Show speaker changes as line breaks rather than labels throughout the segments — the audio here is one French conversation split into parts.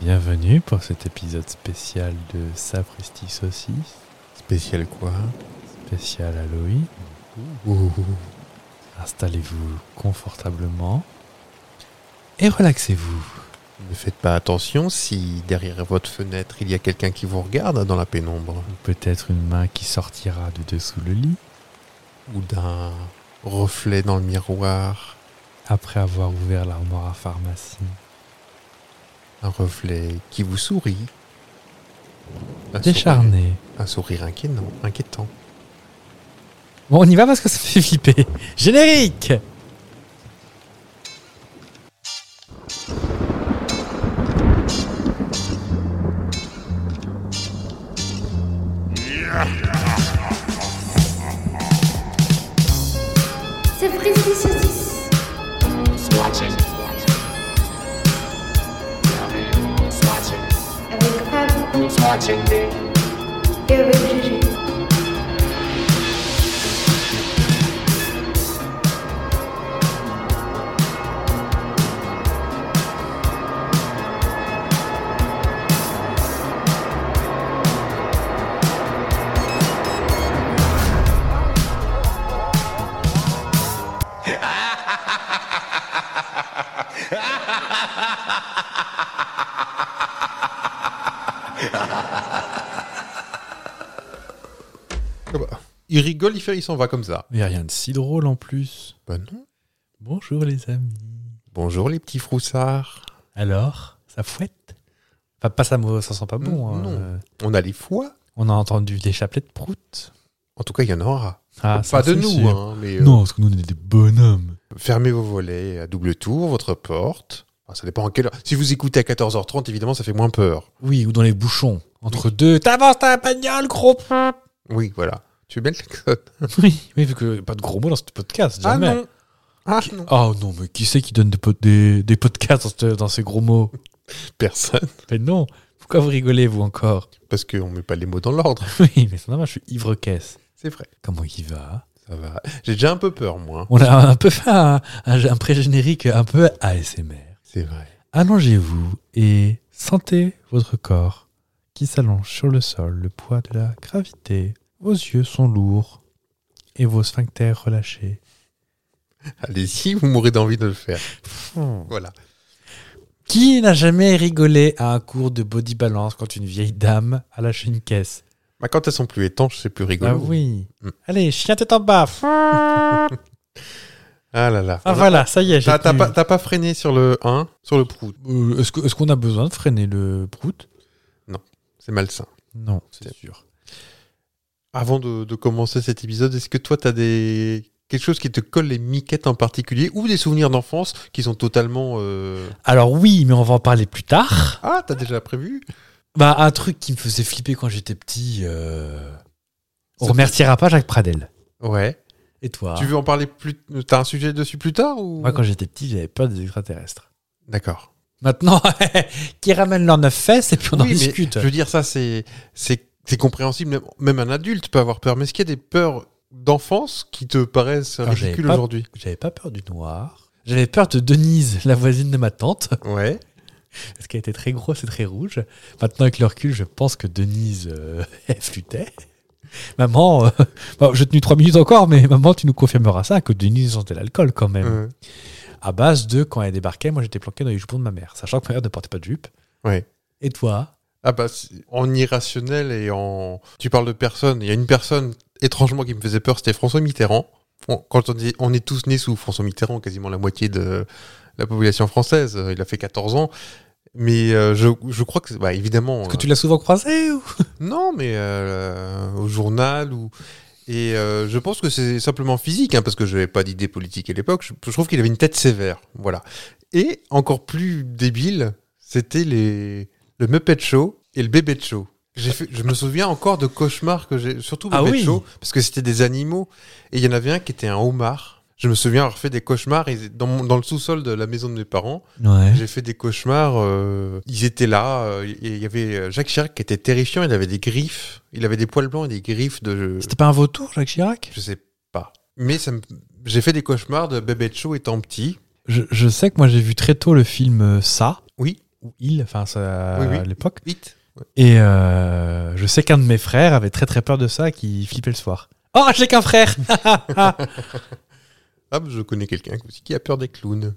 Bienvenue pour cet épisode spécial de Sapristi Saucisse,
Spécial quoi
spécial Halloween.
Ouh.
Installez-vous confortablement et relaxez-vous.
Ne faites pas attention si derrière votre fenêtre il y a quelqu'un qui vous regarde dans la pénombre
Ou Peut-être une main qui sortira de dessous le lit
ou d'un reflet dans le miroir,
après avoir ouvert l'armoire à pharmacie.
un reflet qui vous sourit. Un sourire-
Décharné.
un sourire inquiétant. inquiétant.
Bon, on y va parce que ça fait flipper. Générique
C'est Frisbee Saucisse.
Swatching. Swatching.
Avec Fab
Swatching.
et avec Gégé.
Ah bah, Il rigole, il fait, il s'en va comme ça.
Mais rien de si drôle en plus.
Bah non.
Bonjour les amis.
Bonjour les petits froussards.
Alors, ça fouette Enfin, pas ça, me- ça sent pas bon.
Mm, Non,
hein.
non.
Euh,
On a les foies.
On a entendu des chapelets de prout.
En tout cas, il y en aura.
Ah, ça,
Pas de
c'est
nous,
sûr.
hein, mais euh,
Non, parce que nous, on est des bonhommes.
fermez vos volets à double tour, votre porte. Enfin, ça dépend en quelle heure. Si vous écoutez à 14h30, évidemment, ça fait moins peur.
Oui, ou dans les bouchons. Entre deux, t'avances ta bagnole, gros
Oui, voilà. Tu es belle Klaxon
Oui, oui, vu que pas de gros mots dans ce podcast, jamais.
Ah non Ah non
Oh non, mais qui c'est qui donne des, pod- des, des podcasts dans, ce- dans ces gros mots
Personne.
Mais non, pourquoi vous rigolez, vous, encore
Parce qu'on ne met pas les mots dans l'ordre.
Oui, mais c'est normal, je suis ivre-caisse.
C'est vrai.
Comment il va
Ça va. J'ai déjà un peu peur, moi.
On a un peu fait un, un- un pré-générique un peu ASMR.
C'est vrai.
Allongez-vous et sentez votre corps qui s'allonge sur le sol, le poids de la gravité. Vos yeux sont lourds et vos sphincters relâchés.
Allez-y, vous mourrez d'envie de le faire. Voilà.
Qui n'a jamais rigolé à un cours de body balance quand une vieille dame a lâché une caisse
Bah, quand elles sont plus étanches, c'est plus rigolo.
Ah oui.
Mm.
Allez, chien tête en bas.
Ah là là.
Ah voilà, ça y est, j'ai
T'as t'as
tenu.
pas, t'as pas freiné sur le 1, sur le prout.
Euh, Est-ce que- est-ce qu'on a besoin de freiner le prout
C'est malsain.
Non,
C'est-
c'est sûr.
Avant de, de commencer cet épisode, est-ce que toi, t'as des... quelque chose qui te colle les miquettes en particulier ou des souvenirs d'enfance qui sont totalement... euh,
Alors oui, mais on va en parler plus tard.
Ah, t'as déjà prévu
Bah, un truc qui me faisait flipper quand j'étais petit. euh, On
Ça
remerciera pas Jacques Pradel.
Ouais.
Et toi
Tu veux en parler plus T'as un sujet dessus plus tard ou
Moi, Bah. quand j'étais petit, j'avais peur des extraterrestres.
D'accord.
Maintenant, qui ramènent leurs neuf fesses et puis on en
Oui, mais
discute.
Je veux dire, ça, c'est c'est c'est compréhensible. Même, même un adulte peut avoir peur. Mais est-ce qu'il y a des peurs d'enfance qui te paraissent
Alors, Ah, j'avais
ridicules
pas-
aujourd'hui
J'avais pas peur du noir. J'avais peur de Denise, la voisine de ma tante,
Ouais.
parce qu'elle était très grosse et très rouge. Maintenant, avec le recul, je pense que Denise, euh, elle flûtait. Maman, euh, bon, j'ai tenu trois minutes encore, mais maman, tu nous confirmeras ça, que Denise sentait l'alcool quand même.
Euh,
à base de quand elle débarquait, moi j'étais planqué dans les jupons de ma mère, sachant que ma mère ne portait pas de jupe.
Ouais.
Et toi
Ah bah, c'est- en irrationnel et en... Tu parles de personne. Il y a une personne, étrangement, qui me faisait peur, c'était François Mitterrand. On- quand on, dit, on est tous nés sous François Mitterrand, quasiment la moitié de la population française. Il a fait 14 ans. Mais euh, je, je crois que... c'est- Bah, évidemment...
Est-ce que tu l'as souvent croisé ou
Non, mais euh, au journal ou. Et euh, je pense que c'est simplement physique, hein, parce que je n'avais pas d'idée politique à l'époque. Je, je trouve qu'il avait une tête sévère, voilà. Et encore plus débile, c'était les le Muppet Show et le Bébé Show. J'ai fait- je me souviens encore de cauchemars que j'ai, surtout
Ah
Bébé
oui.
Show, parce que c'était des animaux. Et il y en avait un qui était un homard. Je me souviens avoir fait des cauchemars et dans, mon- dans le sous-sol de la maison de mes parents.
Ouais.
J'ai fait des cauchemars. euh, ils étaient là. euh, et il y avait euh, Jacques Chirac qui était terrifiant. Il avait des griffes. Il avait des poils blancs et des griffes de.
C'était pas un vautour, Jacques Chirac
Je sais pas. Mais ça me- j'ai fait des cauchemars de Bébé Cho étant petit.
je, je sais que moi j'ai vu très tôt le film euh, Ça,
Oui.
ou il, enfin ça
Oui, oui.
à l'époque.
Vite. Ouais.
Et euh, je sais qu'un de mes frères avait très très peur de ça, qui flippait le soir. Oh, j'ai qu'un frère
Ah, bah, je connais quelqu'un aussi qui a peur des clowns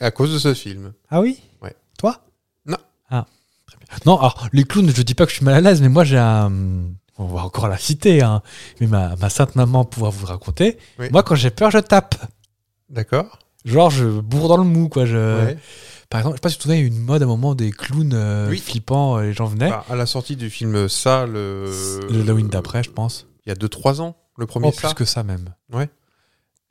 à cause de ce film.
Ah oui
Ouais.
Toi
Non.
Ah, très bien. Non, alors, les clowns, je dis pas que je suis mal à l'aise, mais moi, j'ai un. On va encore la citer, hein. Mais ma, ma sainte maman pourra vous raconter.
Oui.
Moi, quand j'ai peur, je tape.
D'accord
Genre, je bourre dans le mou, quoi. Je...
Ouais.
Par exemple, je sais pas si tu te souviens, il y a eu une mode à un moment des clowns euh,
Oui.
flippants, euh, les gens venaient.
Bah, à la sortie du film Ça, le.
Le Halloween d'après, je pense.
Il y a 2-3 ans, le premier
Oh,
Ça.
plus que ça, même.
Ouais.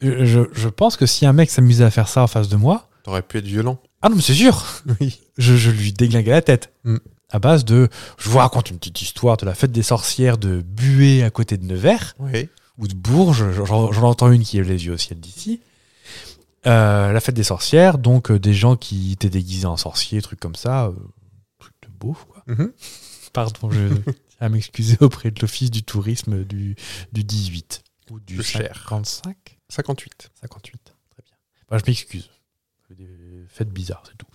Je, je- je pense que si un mec s'amusait à faire ça en face de moi.
T'aurais pu être violent.
Ah non, mais c'est sûr
Oui.
je, je lui déglinguais la tête.
Mm.
À base de. Je vous raconte une petite histoire de la fête des sorcières de Buée à côté de Nevers,
Oui.
ou de Bourges. J'en j'en entends une qui lève les yeux au ciel d'ici. Euh, la fête des sorcières, donc euh, des gens qui étaient déguisés en sorciers, trucs comme ça. euh, truc de beauf, quoi.
Mhm.
Pardon, je à m'excuser auprès de l'Office du tourisme du, du 18. Ou du
Plus cher.
55
58.
58. Très bien. Enfin, je m'excuse. Des fêtes bizarres, c'est tout.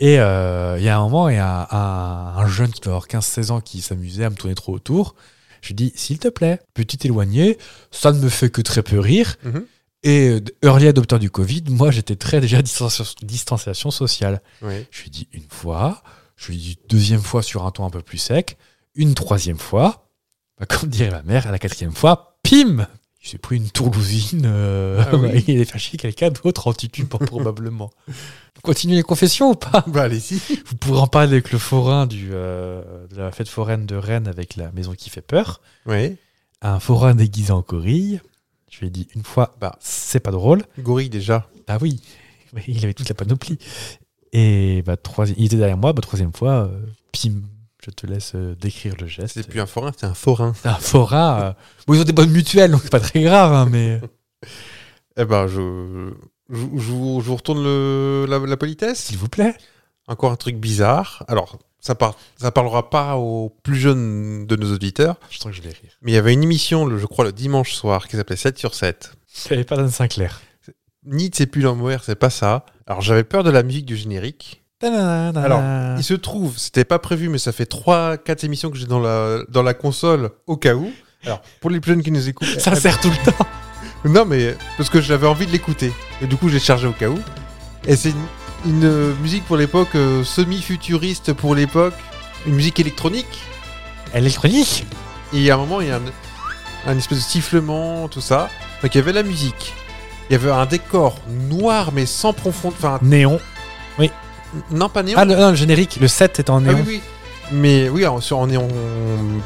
Et euh, il y a un moment, il y a un, un jeune qui doit avoir 15-16 ans qui s'amusait à me tourner trop autour. Je lui dis, s'il te plaît, petit éloigné, ça ne me fait que très peu rire.
Mhm.
Et euh, early adopteur du Covid, moi j'étais très déjà distanciation, distanciation sociale.
Oui.
Je lui dis une fois, je lui dis deuxième fois sur un ton un peu plus sec, une troisième fois, bah, comme dirait ma mère, à la quatrième fois, pim J'ai pris une tourlousine euh,
Ah oui.
et il est fâché quelqu'un d'autre en tutu pour- probablement. On Continue les confessions ou pas
Bah, allez-y.
Vous pourrez en parler avec le forain du, euh, de la fête foraine de Rennes avec la maison qui fait peur.
Oui.
Un forain déguisé en gorille. Je lui ai dit une fois,
Bah.
c'est pas drôle.
Gorille, déjà.
Ah oui, Oui, il avait toute la panoplie. Et bah, troisi- il était derrière moi, bah, troisième fois, euh, pim, je te laisse euh, décrire le geste.
C'est plus un forain, c'est un forain.
C'est un forain. euh, Bon, ils ont des bonnes mutuelles, donc c'est pas très grave, hein, mais.
Eh ben, je, je, je vous, je vous retourne le, la, la politesse.
S'il vous plaît.
Encore un truc bizarre. Alors, ça, par, ça parlera pas aux plus jeunes de nos auditeurs,
Je sens que je vais rire.
mais il y avait une émission, le- je crois, le dimanche soir, qui s'appelait 7 sur 7.
J'avais pas d'Anne Sinclair.
Ni de c'est plus l'envers, c'est pas ça. Alors, j'avais peur de la musique du générique.
Alors,
Il se trouve, c'était pas prévu, mais ça fait 3-4 émissions que j'ai dans la, dans la console, au cas où. Alors, pour les plus jeunes qui nous écoutent,
ça sert tout le temps.
Non, mais parce que j'avais envie de l'écouter. Et du coup, j'ai chargé au cas où. Et c'est une, une, euh, musique pour l'époque, euh, semi-futuriste pour l'époque, une musique électronique.
Électronique
Et à un moment, il y a un, un espèce de sifflement, tout ça. Donc, il y avait la musique. Il y avait un décor noir, mais sans profondeur. Enfin,
Néon.
non, pas néon.
Ah, le, non, le générique, le 7 est en
Ah
néon.
oui, oui. Mais oui, en, sur, en néon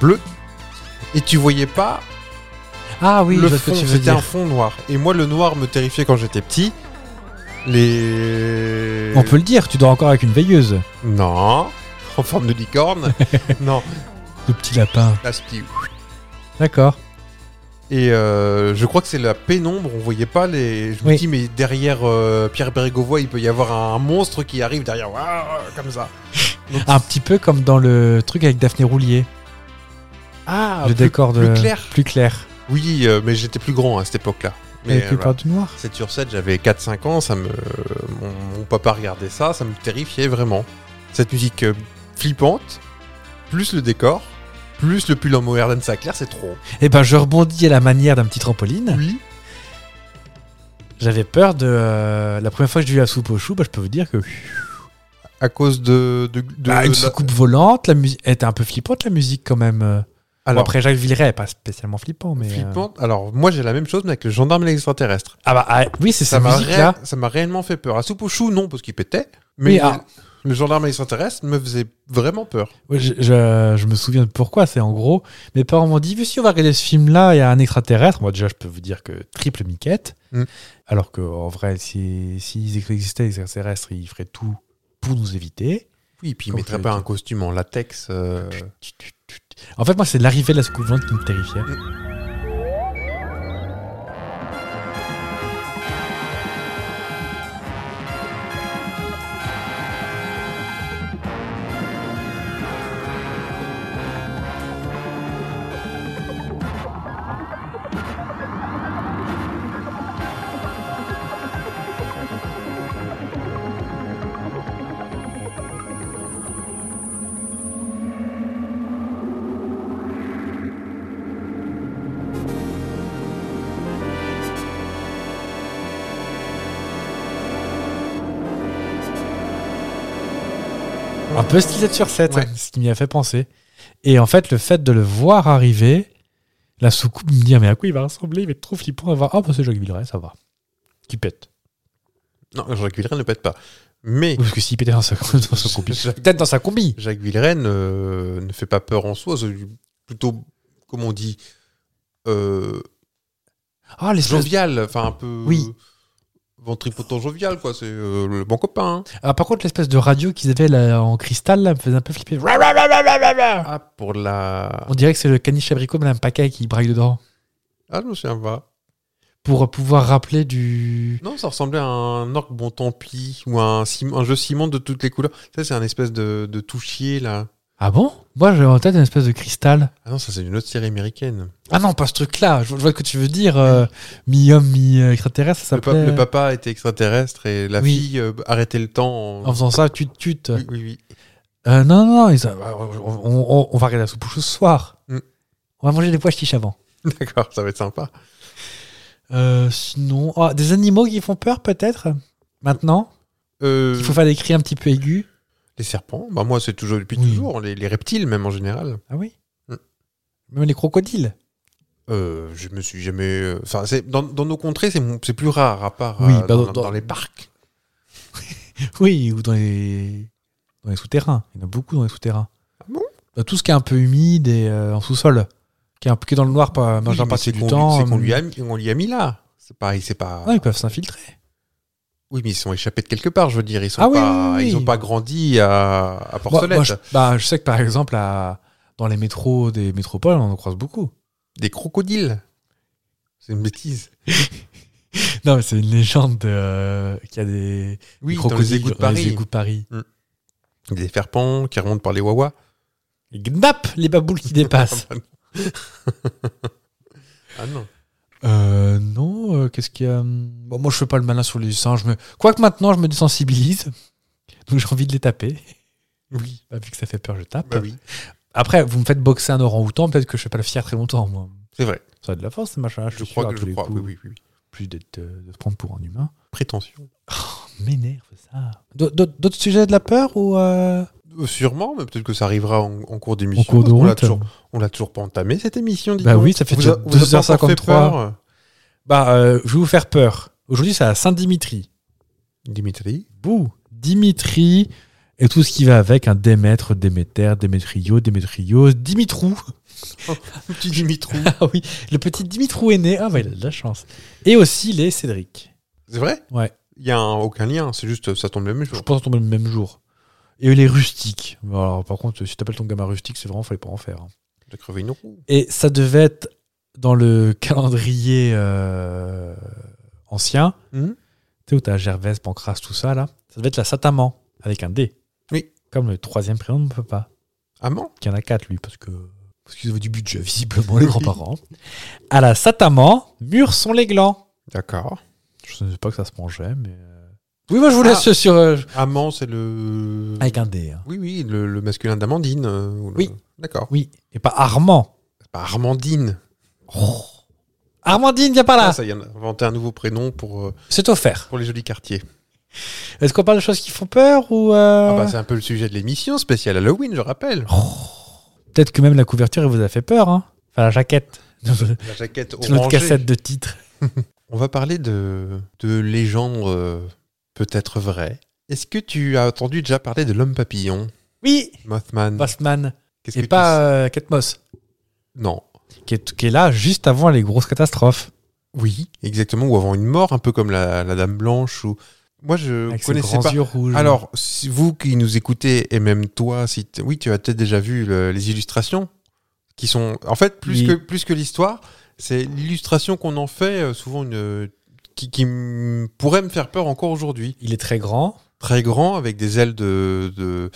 bleu. Et tu voyais pas
Ah oui,
le
je vois ce
fond,
que tu veux
c'était un
dire.
fond noir. Et moi, le noir me terrifiait quand j'étais petit. Les.
On peut le dire, tu dors encore avec une veilleuse.
Non. En forme de licorne. non.
Le petit lapin.
Là, c'est petit.
D'accord.
Et euh, je crois que c'est la pénombre. On voyait pas les. Je me
Oui.
dis, mais derrière euh, Pierre Bérégovoy, il peut y avoir un, monstre qui arrive derrière. Ouah, comme ça.
Un petit peu comme dans le truc avec Daphné Roulier.
Ah,
le
plus-
décor de
plus clair.
plus clair.
Oui, euh, mais j'étais plus grand à cette époque-là.
Mais
Mais euh,
plus
voilà.
par du noir.
7 sur 7, j'avais 4-5 ans, ça me... mon, mon papa regardait ça, ça me terrifiait vraiment. Cette musique euh, flippante, plus le décor, plus le pull en mohair d'Anne Sinclair, c'est trop.
Eh ben, je rebondis à la manière d'un petit trampoline.
Oui.
J'avais peur de euh, la première fois que j'ai eu la soupe au chou, bah, je peux vous dire que
À cause de... de, de-
Bah, une
de-
soucoupe volante, la musique était un peu flippante la musique quand même. euh. Bon,
Alors,
après Jacques Villeray, est pas spécialement flippant, mais euh,
flippante. Alors, moi, j'ai la même chose, mais avec le gendarme et l'extraterrestre.
Ah bah ah, oui, c'est
Ça
cette
m'a
musique là.
ré- ça m'a réellement fait peur. À soupe au chou, non, parce qu'il pétait. Mais
Oui, ah.
le gendarme et l'extraterrestre me faisait vraiment peur.
Ouais, Je, je- je me souviens de pourquoi. C'est en gros, mes parents m'ont dit, vu si on va regarder ce film-là, il y a un extraterrestre. Moi, déjà, je peux vous dire que triple miquette.
Mm.
Alors que, en vrai, si- s'ils existaient, les extraterrestres, ils feraient tout pour nous éviter.
Oui, et puis il
Comme
mettrait
tu
pas
l'as
un
dit.
costume en latex. euh,
En fait, moi, c'est l'arrivée de la soucoupe volante qui me terrifiait.
Mm.
Un peu style 7 sur 7,
Ouais.
ce qui m'y a fait penser. Et en fait, le fait de le voir arriver, la soucoupe me dit Ah, mais à quoi il va ressembler Il va être trop flippant à voir. Ah, bah c'est Jacques Villeray, ça va. Qui pète.
Non, Jacques Villeray ne pète pas. Mais
Parce que s'il pétait dans sa, dans sa combi.
Jacques-
Peut-être dans sa combi
Jacques Villeray ne, ne fait pas peur en soi. C'est plutôt, comme on dit, euh,
Ah, l'espèce.
jovial. Enfin, un peu.
Oui.
Ventripotent jovial, quoi. C'est euh, le bon copain. hein.
Ah, par contre, l'espèce de radio qu'ils avaient là, en cristal là, me faisait un peu flipper.
Ah, pour la.
On dirait que c'est le caniche abricot Madame Paquet qui braille dedans.
Ah, je me souviens pas.
Pour euh, pouvoir rappeler du.
Non, ça ressemblait à un orc bon tant pis ou un, cim- un jeu ciment de toutes les couleurs. Ça, c'est un espèce de, de touchier, là.
Ah bon Moi, j'avais en tête une espèce de cristal.
Ah non, ça, c'est une autre série américaine.
Ah non, pas ce truc-là. Je, je vois ce que tu veux dire. euh, mi-homme, mi-extraterrestre, ça
Le, pap-
s'appelait.
le papa était extraterrestre et la
Oui.
fille euh, arrêtait le temps. en-
En faisant ça, tu tute.
Oui, oui, oui.
Euh, non, non, non. ils- euh, on, on- on va regarder la soupe aux choux ce soir.
Mm.
On va manger des pois chiches avant.
D'accord, ça va être sympa.
Euh, sinon, ah, des animaux qui font peur peut-être maintenant.
Euh,
Il faut faire des cris un petit peu aigus.
Les serpents, bah moi c'est toujours depuis
Oui.
toujours, les, les reptiles même en général.
Ah oui.
Mm.
Même les crocodiles.
Euh, je me suis jamais. euh, Enfin, c'est dans, dans nos contrées c'est mon- c'est plus rare à part
Oui,
euh,
bah,
dans,
dans-
dans les parcs.
Oui, ou dans les dans les souterrains. Il y en a beaucoup dans les souterrains.
Ah bon
Bah, Tout ce qui est un peu humide et euh, en sous-sol, qui est, un- qui est dans le noir, pas,
Oui,
majeure
mais
partie
c'est
du
qu'on-
temps.
c'est qu'on lui
euh,
a mis- on l'y a mis là. C'est pareil, c'est pas.
non, ils peuvent s'infiltrer.
Oui, mais ils sont échappés de quelque part, je veux dire. Ils sont
Ah oui,
pas,
oui, oui,
ils
oui.
ont pas grandi à, à
Moi-
Porcelette.
moi, je, bah, je sais que par exemple, à- dans les métros des métropoles, on en croise beaucoup.
Des crocodiles. C'est une bêtise.
Non, mais c'est une légende euh, qu'il y a des,
Oui,
des
dans les
crocodiles
égouts de
dans les
Paris.
égouts de Paris.
Des serpents qui remontent par les Wawa.
Et gnap, les baboules qui dépassent.
Ah non.
Euh, non, euh, qu'est-ce qu'il y a hum, bon, Moi, je fais pas le malin sur les singes. Mais... Quoique maintenant, je me désensibilise. Donc, j'ai envie de les taper. Oui. vu que ça fait peur, je tape.
Bah oui.
Après, vous me faites boxer un orang-outan, peut-être que je fais pas le fier très longtemps, moi.
C'est vrai.
Ça a de la force, ce machin.
Je crois que je crois. Oui, oui, oui. oui.
Plus d'être, euh, de se prendre pour un humain.
Prétention.
M'énerve, ça. D'autres sujets de la peur ou. euh,
Euh, Sûrement, mais peut-être que ça arrivera en, en cours d'émission.
En cours de
parce qu'on l'a
route.
toujours- On l'a toujours, pas entamé cette émission, dis
Bah
donc.
oui, ça fait
On vous
déjà
a- on vous a pas encore fait
2h53.
peur. euh
Bah, euh, je vais vous faire peur. Aujourd'hui, c'est à Saint-Dimitri.
Dimitri.
Bouh Dimitri et tout ce qui va avec, un Démètre, Déméter, Démétrio, Démétrios, Dimitrou.
Petit Dimitrou.
Ah oui, le petit Dimitrou est né. Ah bah, il a de la chance. Et aussi les Cédric.
C'est vrai
Ouais.
Il n'y a un- aucun lien, c'est juste ça tombe le même
Je
jour.
pense tomber le même jour. Et les rustiques. Bon, Alors, par contre, si t'appelles ton gamin rustique, c'est vraiment, fallait pas en faire. hein.
J'ai crevé une roue.
Et ça devait être dans le calendrier euh, ancien.
Mhm.
Tu sais où t'as Gervaise, Pancras, tout ça là. Ça devait être la Sataman avec un D.
Oui.
Comme le troisième prénom ne peut pas.
Amant
qu'il y en a quatre, lui, parce que parce qu'ils avaient du budget, visiblement, les grands-parents. À la Sataman, murs sont les glands.
D'accord.
Je ne sais pas que ça se mangeait, mais. euh, Oui, moi, je
Ah.
vous laisse sur. euh,
Amant, c'est le.
Avec un D. hein.
Oui, oui, le, le masculin d'Amandine. euh, ou le-
Oui.
D'accord.
Oui, et pas Armand.
C'est Pas Armandine.
Oh. Armandine, viens par là.
Ah, ça y est, on a inventé un nouveau prénom pour, euh,
C'est offert.
pour les jolis quartiers.
Est-ce qu'on parle de choses qui font peur ou. euh,
Ah bah, c'est un peu le sujet de l'émission, spéciale Halloween, je rappelle.
Oh. Peut-être que même la couverture, elle vous a fait peur. Hein. Enfin, la jaquette.
La jaquette
Sur notre
orangée.
cassette de titre.
On va parler de, de légendes euh, peut-être vraies. Est-ce que tu as entendu déjà parler de l'homme papillon,
Oui,
Mothman
Postman.
Qu'est-ce
Et
que tu
Bah, pas
sais
euh, Catmos,
Non.
qui est- qui est là juste avant les grosses catastrophes.
Oui, exactement, ou avant une mort, un peu comme la, la Dame Blanche. Ou... Moi, je
Avec ses
connaissais
grands
pas.
yeux rouges.
Alors, si vous qui nous écoutez, et même toi, si t- oui, tu as peut-être déjà vu le- les illustrations, qui sont, en fait, plus
Oui.
que, plus que l'histoire, c'est l'illustration qu'on en fait, euh, souvent une, qui, qui m- pourrait me faire peur encore aujourd'hui.
Il est très grand.
Très grand, avec des ailes de, de-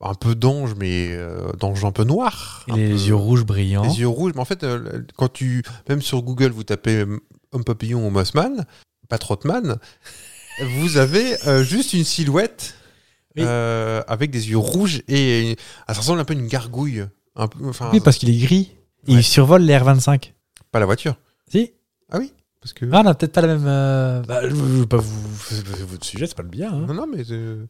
un peu d'ange, mais euh, d'ange un peu noir.
Il
un
a les
peu-
yeux rouges brillants.
les yeux rouges. Mais en fait, euh, quand tu, même sur Google, vous tapez euh, homme papillon ou Mossman, pas Trotman, vous avez euh, juste une silhouette
Oui.
euh, avec des yeux rouges et ah, ça ressemble un peu à une gargouille. Un peu- enfin,
Oui, parce qu'il est gris. Et
Ouais.
Il survole les R25.
pas la voiture.
Si
Ah oui Parce que...
Ah, on a peut-être pas la même. euh, bah, je, je veux pas vous. c'est- c'est Votre sujet, c'est pas le bien. hein.
Non, non, mais. euh,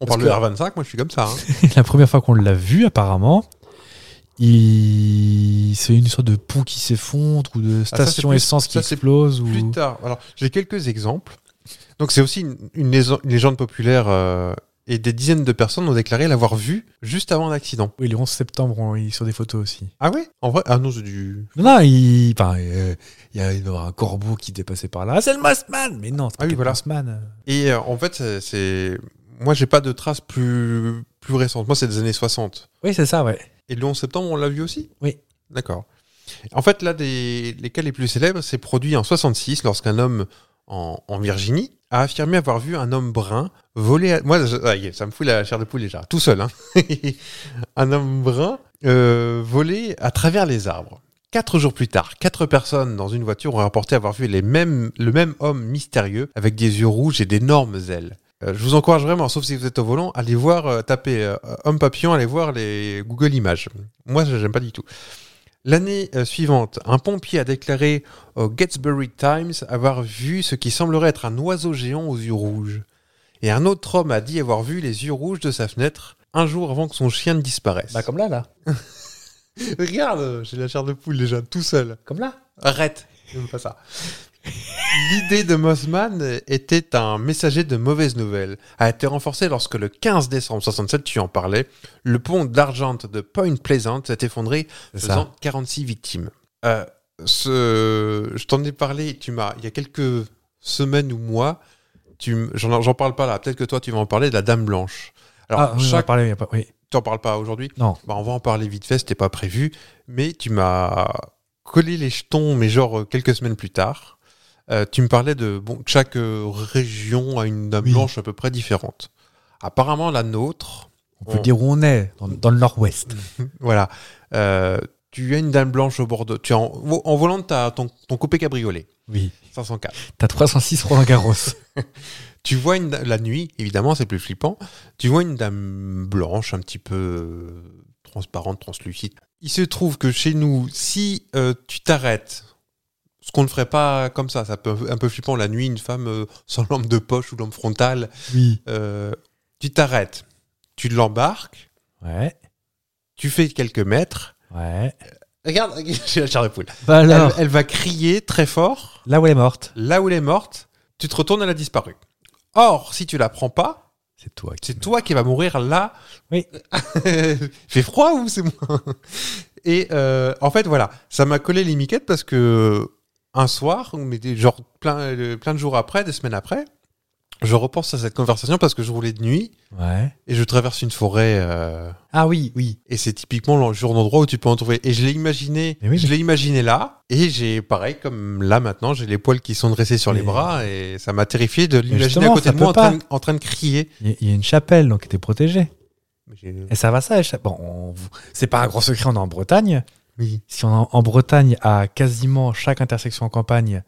On
Parce
parle
que-
de R25, moi je suis comme ça. hein.
la première fois qu'on l'a vu, apparemment, il... c'est une sorte de pont qui s'effondre ou de
ça, c'est
station
plus-
essence qui
ça, c'est
explose. Ou...
Plus tard, alors j'ai quelques exemples. Donc c'est aussi une, une lése- une légende populaire euh, et des dizaines de personnes ont déclaré l'avoir vue juste avant l'accident.
Oui, le 11 septembre, on- il est sur des photos aussi.
Ah ouais En vrai Ah non, c'est du.
Non, non, il, enfin, euh, il y a il doit y avoir un corbeau qui dépassait par là. Ah, c'est le Mossman Mais non, c'est
Ah
pas
oui,
le
voilà.
Mossman.
Et euh, en fait, c'est- c'est. Moi j'ai pas de traces plus, plus récentes. Moi c'est des années 60.
Oui, c'est ça, ouais.
Et le 11 septembre, on l'a vu aussi
Oui.
D'accord. En fait, là, des- les cas les plus célèbres, c'est produit en 66 lorsqu'un homme en, en Virginie a affirmé avoir vu un homme brun voler. à- Moi, je- ah, y est, ça me fout la chair de poule déjà, tout seul. hein. un homme brun euh, voler à travers les arbres. Quatre jours plus tard, quatre personnes dans une voiture ont rapporté avoir vu les mêmes, le même homme mystérieux avec des yeux rouges et d'énormes ailes. Euh, je vous encourage vraiment, sauf si vous êtes au volant, allez voir, euh, tapez euh, homme papillon, allez voir les Google Images. Moi, je- j'aime pas du tout. L'année euh, suivante, un pompier a déclaré au Gettysburg Times avoir vu ce qui semblerait être un oiseau géant aux yeux rouges. Et un autre homme a dit avoir vu les yeux rouges de sa fenêtre un jour avant que son chien ne disparaisse.
Bah, comme là, là.
Bah, Regarde, j'ai la chair de poule déjà, tout seul.
Comme là.
Arrête, j'aime pas ça. L'idée de Mossman était un messager de mauvaises nouvelles, a été renforcée lorsque le 15 décembre 67, tu en parlais, le pont d'argent de Point Pleasant s'est effondré
C'est
faisant
ça.
46 victimes. Euh, ce, je t'en ai parlé, tu m'as, il y a quelques semaines ou mois, tu, m- j'en, j'en parle pas là, peut-être que toi tu vas en parler de la Dame Blanche. Alors,
ah, oui, on en
chaque,
parlait, il y a pas- oui.
t'en parles pas aujourd'hui
Non.
Bah, On va en parler vite fait, c'était pas prévu, mais tu m'as collé les jetons, mais genre euh, quelques semaines plus tard. Euh, tu me parlais de bon, que chaque euh, région a une Dame
Oui.
Blanche à peu près différente. Apparemment, la nôtre,
On peut
On-
dire où on est, dans, dans le nord-ouest.
Voilà. Euh, tu as une dame blanche au bord de. Tu es en, vo- en volant de ta- ton, ton coupé cabriolet,
Oui.
504.
T'as 306 Roland Garros.
Tu vois une, da- la nuit, évidemment, c'est plus flippant. Tu vois une dame blanche, un petit peu euh, transparente, translucide. Il se trouve que chez nous, si euh, tu t'arrêtes, ce qu'on ne ferait pas comme ça, ça peut un peu flippant la nuit, une femme euh, sans lampe de poche ou lampe frontale,
oui.
euh, tu t'arrêtes, tu l'embarques,
Ouais.
tu fais quelques mètres.
Ouais.
Regarde, j'ai la chair de poule.
Bah
Elle-
alors,
Elle, va crier très fort,
là où elle est morte,
là où elle est morte, tu te retournes, elle a disparu. Or, si tu la prends pas,
c'est toi qui.
c'est toi qui vas mourir là.
Oui.
Fait froid ou c'est moi Et euh, en fait, voilà, ça m'a collé les miquettes parce que un soir, mais des- genre plein, euh, plein de jours après, des semaines après, je repense à cette conversation parce que je roulais de nuit
Ouais.
et je traverse une forêt. euh,
Ah oui, oui.
et c'est typiquement le genre d'endroit où tu peux en trouver. Et je l'ai imaginé,
Mais Eh oui,
je l'ai imaginé là. Et j'ai, pareil, comme là maintenant, j'ai les poils qui sont dressés sur les
Mais-
bras. Et ça m'a terrifié de l'imaginer à
justement,
côté
ça
de moi en
peut
train, de- en train de crier.
Il y, a- il y a une chapelle, donc était protégée.
Mais j'ai-
Et ça va, ça, la chapelle. Bon, on vous- c'est pas un grand secret, on est en Bretagne.
Oui.
Si on est en Bretagne, à quasiment chaque intersection en campagne,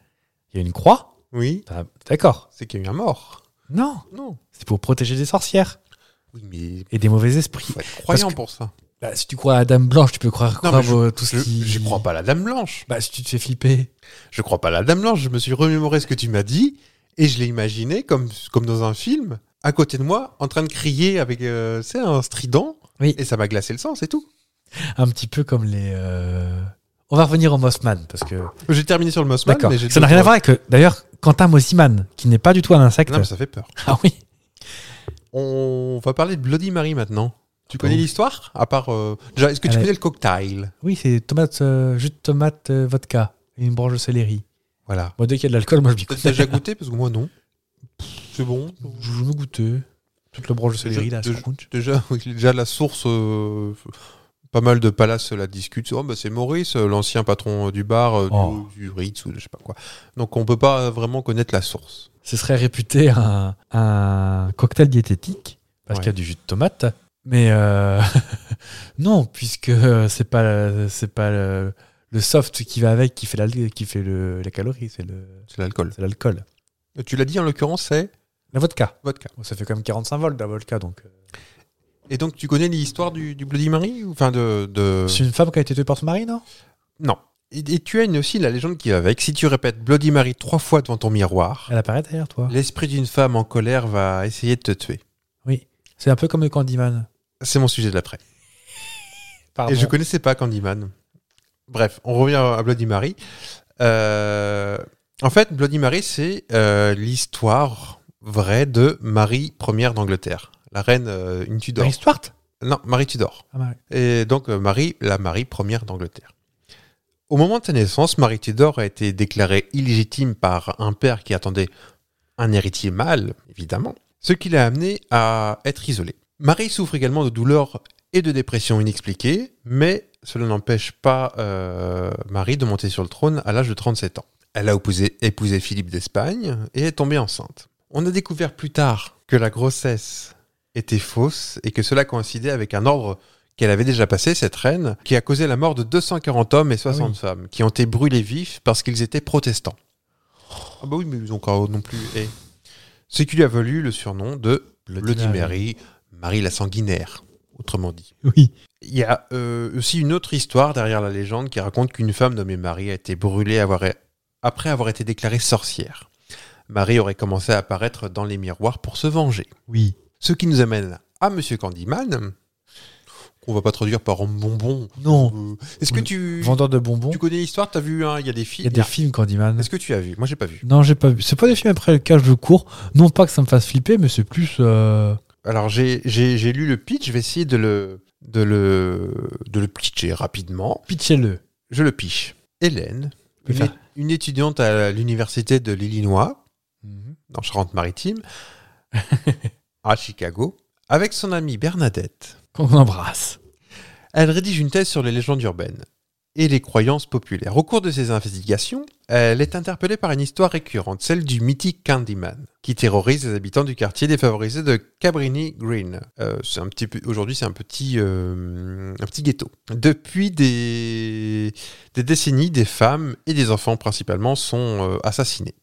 il y a une croix.
Oui.
Bah, D'accord.
C'est qu'il y a eu un mort.
Non,
Non.
c'est pour protéger des sorcières
Oui, mais
et des mauvais esprits.
faut être croyant
que-
pour ça.
Bah, si tu crois à la Dame Blanche, tu peux croire,
Non,
croire
mais je-
au- tout ce
Je,
qui.
j'y crois pas à la Dame Blanche.
Bah, si tu te fais flipper.
Je crois pas à la Dame Blanche. Je me suis remémoré ce que tu m'as dit. Et je l'ai imaginé comme, comme dans un film, à côté de moi, en train de crier avec, euh, tu sais, un strident.
Oui.
Et ça m'a glacé le sang, c'est tout.
Un petit peu comme les. euh, On va revenir au Mossman parce que.
J'ai terminé sur le Mossman.
D'accord.
mais j'ai
Ça n'a rien à voir avec. euh, D'ailleurs, Quentin Mossiman, qui n'est pas du tout un insecte.
Non, mais ça fait peur.
Ah oui.
On va parler de Bloody Mary maintenant. Tu connais
oui.
l'histoire À part. euh, Déjà, est-ce que tu
Allez.
connais le cocktail
Oui, c'est tomate, euh, jus de tomate, euh, vodka et une branche de céleri.
Voilà.
Moi, dès qu'il y a de l'alcool, moi je m'y
T'as
connais.
t'as déjà goûté Parce que moi, non. C'est bon.
Je veux me goûter. Toute la branche de céleri, là,
Déjà-
ça compte.
Déjà, oui, déjà la source. euh, Pas mal de palaces la discutent. Oh, bah, c'est Maurice, euh, l'ancien patron euh, du bar, euh, du-
Oh.
du, Ritz ou de je sais pas quoi. Donc on peut pas vraiment connaître la source.
Ce serait réputé un, un cocktail diététique parce
Ouais.
qu'il y a du jus de tomate. Mais euh, non, puisque euh, c'est pas c'est pas le, le soft qui va avec qui fait la qui fait le, les calories, c'est le
C'est l'alcool.
c'est l'alcool.
Et Tu l'as dit en l'occurrence, c'est
La vodka.
vodka.
Bon, ça fait quand même 45 volts la vodka donc. euh.
Et donc tu connais l'histoire du, du Bloody Mary ou- Enfin, de. de...
C'est une femme qui a été tuée par son mari, non
Non. Et, et tu as une- aussi la légende qui va avec. Si tu répètes Bloody Mary trois fois devant ton miroir,
Elle apparaît derrière toi.
l'esprit d'une femme en colère va essayer de te tuer.
C'est un peu comme le Candyman.
C'est mon sujet de l'après.
Pardon.
Et je connaissais pas Candyman. Bref, on revient à Bloody Mary. Euh, en fait, Bloody Mary, c'est euh, l'histoire vraie de Marie première d'Angleterre, la reine euh, une Tudor.
Marie Stuart
Non, Marie Tudor.
Ah, Marie.
Et donc euh, Marie, la Marie première d'Angleterre. Au moment de sa naissance, Marie Tudor a été déclarée illégitime par un père qui attendait un héritier mâle, évidemment, ce qui l'a amenée à être isolée. Marie souffre également de douleurs et de dépression inexpliquées, mais cela n'empêche pas euh, Marie de monter sur le trône à l'âge de 37 ans. Elle a opposé- épousé Philippe d'Espagne et est tombée enceinte. On a découvert plus tard que la grossesse était fausse et que cela coïncidait avec un ordre qu'elle avait déjà passé, cette reine, qui a causé la mort de 240 hommes et 60
Ah oui.
femmes, qui ont été brûlés vifs parce qu'ils étaient protestants. Ah bah oui, mais ils ont encore non plus... eh. Ce qui lui a valu le surnom de
Bloody
Bloody
Mary.
Mary, Marie la sanguinaire, autrement dit.
Oui.
Il y a euh, aussi une autre histoire derrière la légende qui raconte qu'une femme nommée Marie a été brûlée avoir- après avoir été déclarée sorcière. Marie aurait commencé à apparaître dans les miroirs pour se venger.
Oui.
Ce qui nous amène à Monsieur Candyman, qu'on va pas traduire par homme bonbon.
Non.
Euh, Est-ce que tu,
Vendeur de bonbons.
tu connais l'histoire T'as vu, hein, il y a
Il y
des
a
filles.
des films Candyman.
Est-ce que tu as vu Moi, j'ai pas vu.
Non, j'ai pas vu. C'est pas des films après lesquels je cours. Non pas que ça me fasse flipper, mais c'est plus. euh,
Alors, j'ai- j'ai j'ai lu le pitch, je vais essayer de le, de le, de le pitcher rapidement.
Pitchez-le.
Je le piche. Hélène,
Oui,
une,
ça.
é- une étudiante à l'université de l'Illinois,
Mhm.
dans Charente-Maritime, à Chicago, avec son amie Bernadette,
Qu'on embrasse.
Elle rédige une thèse sur les légendes urbaines et les croyances populaires. Au cours de ses investigations, elle est interpellée par une histoire récurrente, celle du mythique Candyman, qui terrorise les habitants du quartier défavorisé de Cabrini Green. Euh, c'est un petit peu, aujourd'hui, c'est un petit, euh, un petit ghetto. Depuis des, des décennies, des femmes et des enfants principalement sont euh, assassinés.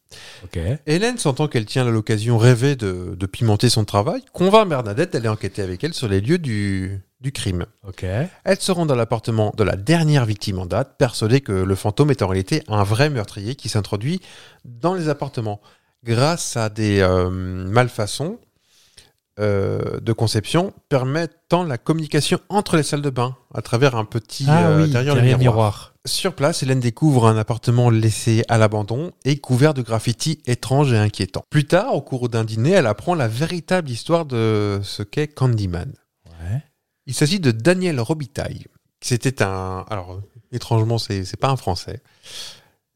Ok.
Hélène sentant qu'elle tient l'occasion rêvée de, de pimenter son travail, convainc Bernadette d'aller enquêter avec elle sur les lieux du- du crime.
Ok.
Elle se rend dans l'appartement de la dernière victime en date, persuadée que le fantôme est en réalité un vrai meurtrier qui s'introduit dans les appartements. Grâce à des euh, malfaçons euh, de conception permettant la communication entre les salles de bain à travers un petit
Ah
euh,
oui,
derrière, le miroir. Sur place, Hélène découvre un appartement laissé à l'abandon et couvert de graffitis étranges et inquiétants. Plus tard, au cours d'un dîner, elle apprend la véritable histoire de ce qu'est Candyman.
Ouais.
Il s'agit de Daniel Robitaille. C'était un. Alors, étrangement, c'est c'est pas un Français.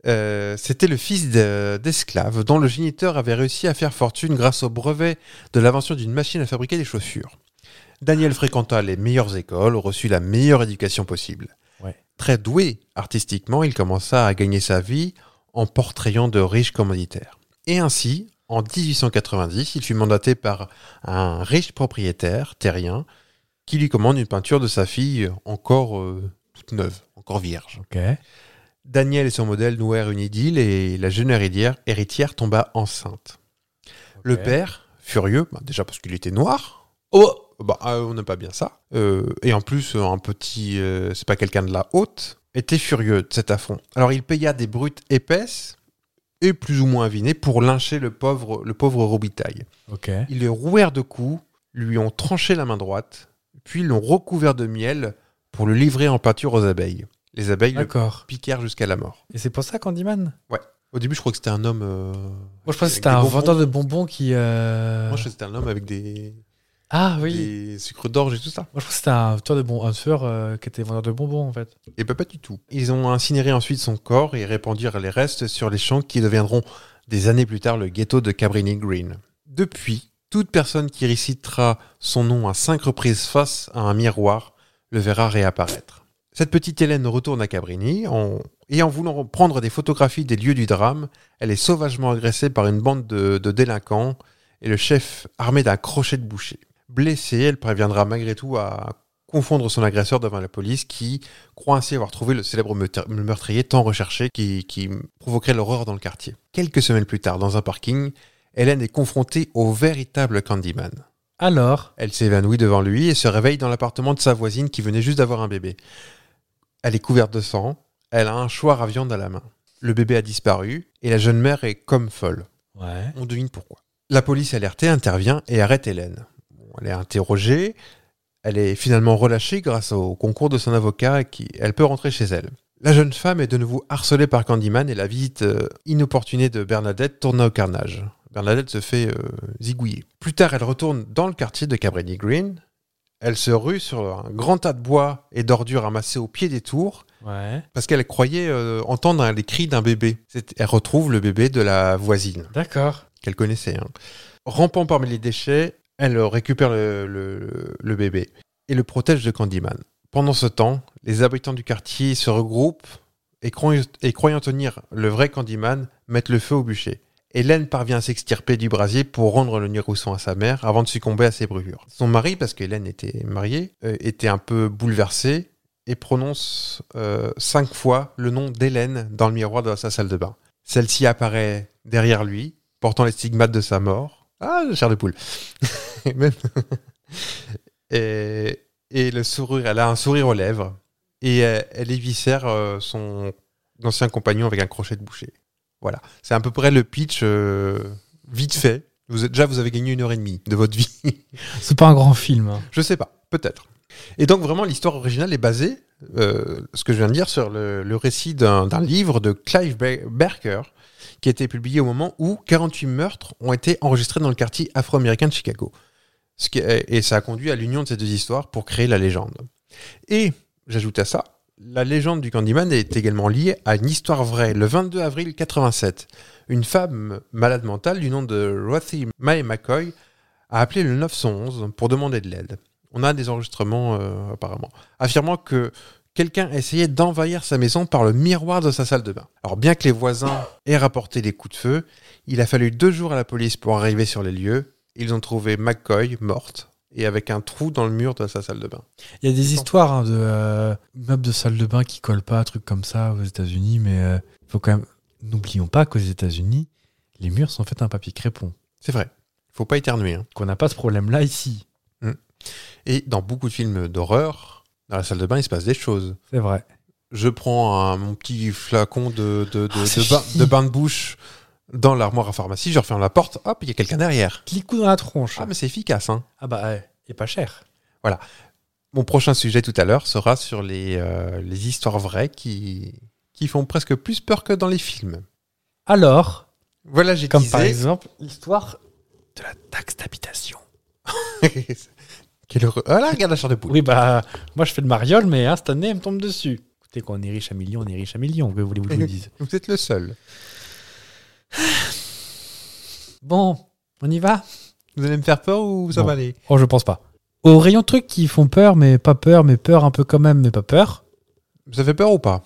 Euh, C'était le fils de- d'esclaves dont le géniteur avait réussi à faire fortune grâce au brevet de l'invention d'une machine à fabriquer des chaussures. Daniel fréquenta les meilleures écoles, reçut la meilleure éducation possible.
Ouais.
Très doué artistiquement, il commença à gagner sa vie en portrayant de riches commanditaires. Et ainsi, en 1890, il fut mandaté par un riche propriétaire terrien qui lui commande une peinture de sa fille encore euh, toute neuve, encore vierge.
Ok.
Daniel et son modèle nouèrent une idylle et la jeune héritière, héritière tomba enceinte. Le
Ok.
père, furieux, bah, déjà parce qu'il était noir, oh, bah, euh, on n'aime pas bien ça, euh, et en plus euh, un petit, euh, c'est pas quelqu'un de la haute, était furieux de cet affront. Alors il paya des brutes épaisses et plus ou moins avinées pour lyncher le pauvre, le pauvre Robitaille.
Ok.
Ils le rouèrent de coups, lui ont tranché la main droite, puis l'ont recouvert de miel pour le livrer en pâture aux abeilles. Les abeilles le
D'accord.
piquèrent jusqu'à la mort.
Et c'est pour ça Candyman
Au début, je crois que c'était un homme. euh,
Moi, je pensais que
avec
c'était
des
un
bonbons.
vendeur de bonbons qui. euh,
Moi, je crois que c'était un homme avec des,
Ah oui.
des sucres d'orge et tout ça.
Moi, je pense que c'était un tueur de bonbons, un tueur euh, qui était vendeur de bonbons, en fait.
Et ben, pas du tout. Ils ont incinéré ensuite son corps et répandirent les restes sur les champs qui deviendront des années plus tard le ghetto de Cabrini Green. Depuis, toute personne qui récitera son nom à cinq reprises face à un miroir le verra réapparaître. Cette petite Hélène retourne à Cabrini en- et en voulant prendre des photographies des lieux du drame, elle est sauvagement agressée par une bande de, de délinquants et le chef armé d'un crochet de boucher. Blessée, elle préviendra malgré tout à confondre son agresseur devant la police qui croit ainsi avoir trouvé le célèbre meurtri- le meurtrier tant recherché qui, qui provoquerait l'horreur dans le quartier. Quelques semaines plus tard, dans un parking, Hélène est confrontée au véritable Candyman.
Alors
Elle s'évanouit devant lui et se réveille dans l'appartement de sa voisine qui venait juste d'avoir un bébé. Elle est couverte de sang, Elle a un choix à viande à la main. Le bébé a disparu et la jeune mère est comme folle.
Ouais.
On devine pourquoi. La police alertée intervient et arrête Hélène. Bon, elle est interrogée. Elle est finalement relâchée grâce au concours de son avocat qui elle peut rentrer chez elle. La jeune femme est de nouveau harcelée par Candyman et la visite euh, inopportunée de Bernadette tourne au carnage. Bernadette se fait euh, zigouiller. Plus tard, elle retourne dans le quartier de Cabrini Green. Elle se rue sur un grand tas de bois et d'ordures amassées au pied des tours
Ouais.
parce qu'elle croyait euh, entendre hein, les cris d'un bébé. C'est- Elle retrouve le bébé de la voisine
D'accord.
qu'elle connaissait. hein. Rampant parmi les déchets, elle récupère le, le- le bébé et le protège de Candyman. Pendant ce temps, les habitants du quartier se regroupent et, croyant- et croyant tenir le vrai Candyman, mettent le feu au bûcher. Hélène parvient à s'extirper du brasier pour rendre le Nirousson à sa mère avant de succomber à ses brûlures. Son mari, parce qu'Hélène était mariée, euh, était un peu bouleversé et prononce euh, cinq fois le nom d'Hélène dans le miroir de sa salle de bain. Celle-ci apparaît derrière lui, portant les stigmates de sa mort. Ah, la chair de poule. Même. et, et le sourire, elle a un sourire aux lèvres et elle, elle éviscère euh, son ancien compagnon avec un crochet de boucher. Voilà, c'est à peu près le pitch euh, vite fait. Vous êtes, déjà, vous avez gagné une heure et demie de votre vie.
C'est pas un grand film. hein.
Je sais pas, peut-être. Et donc vraiment, l'histoire originale est basée, euh, ce que je viens de dire, sur le, le récit d'un d'un livre de Clive Be- Barker, qui a été publié au moment où 48 meurtres ont été enregistrés dans le quartier afro-américain de Chicago. Ce qui est- et ça a conduit à l'union de ces deux histoires pour créer la légende. Et j'ajoute à ça, la légende du Candyman est également liée à une histoire vraie. Le 22 avril 87, une femme malade mentale du nom de Rothy Mae McCoy a appelé le 911 pour demander de l'aide. On a des enregistrements euh, apparemment, affirmant que quelqu'un essayait d'envahir sa maison par le miroir de sa salle de bain. Alors bien que les voisins aient rapporté des coups de feu, il a fallu deux jours à la police pour arriver sur les lieux. Ils ont trouvé McCoy morte et avec un trou dans le mur de sa salle de bain.
Il y a des histoires hein, de euh, meubles de salle de bain qui collent pas, trucs comme ça aux États-Unis, mais euh, faut quand même. N'oublions pas qu'aux États-Unis, les murs sont faits d'un papier crépon.
C'est vrai, faut pas éternuer. hein.
Qu'on n'a pas ce problème-là ici.
Et dans beaucoup de films d'horreur, dans la salle de bain, il se passe des choses.
C'est vrai.
je prends un- mon petit flacon de, de, de,
Ah, c'est
de bain,
fini.
de bain de bouche dans l'armoire à pharmacie, je referme la porte, hop, il y a quelqu'un derrière.
Clic coup dans la tronche.
Ah, mais c'est efficace. Hein.
Ah bah, ouais. et pas cher.
Mon prochain sujet tout à l'heure sera sur les, euh, les histoires vraies qui, qui font presque plus peur que dans les films.
Alors,
Voilà, j'ai
comme
teasé.
par exemple l'histoire de la taxe d'habitation.
Quel heureux. Voilà, regarde la chair de poule.
Oui, bah, moi je fais le mariole, mais hein, cette année, elle me tombe dessus. Écoutez, quand on est riche à millions, on est riche à millions, que voulez-vous que je vous dise
Vous êtes le seul.
Bon, on y va
Vous allez me faire peur ou ça
Non.
va aller
Oh, je pense pas. Au rayon trucs qui font peur, mais pas peur, mais peur un peu quand même, mais pas peur.
Ça fait peur ou pas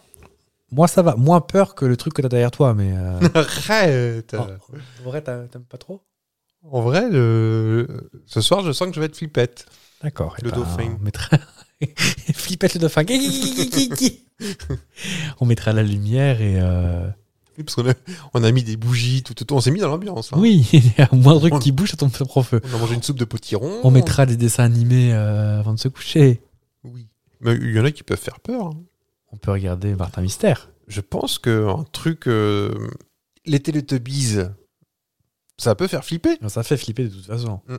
Moi, ça va. Moins peur que le truc que t'as derrière toi, mais. euh,
Arrête
en- en vrai, t'as- t'aimes pas trop
En vrai, le- ce soir, je sens que je vais être flippette.
D'accord. eh
Le dauphin.
On mettra... Flippette le dauphin. on mettra la lumière et. euh,
Oui, parce qu'on a, on a mis des bougies, tout, tout, tout. on s'est mis dans l'ambiance. hein.
Oui, il y a un moindre truc qui bouge, ça tombe sur feu.
On a mangé une soupe de potiron.
On mettra des dessins animés euh, avant de se coucher.
Oui. Mais il y en a qui peuvent faire peur. hein.
On peut regarder Martin Mystère.
Je pense que un truc, euh, les Teletubbies, ça peut faire flipper.
Ça fait flipper de toute façon.
Mm.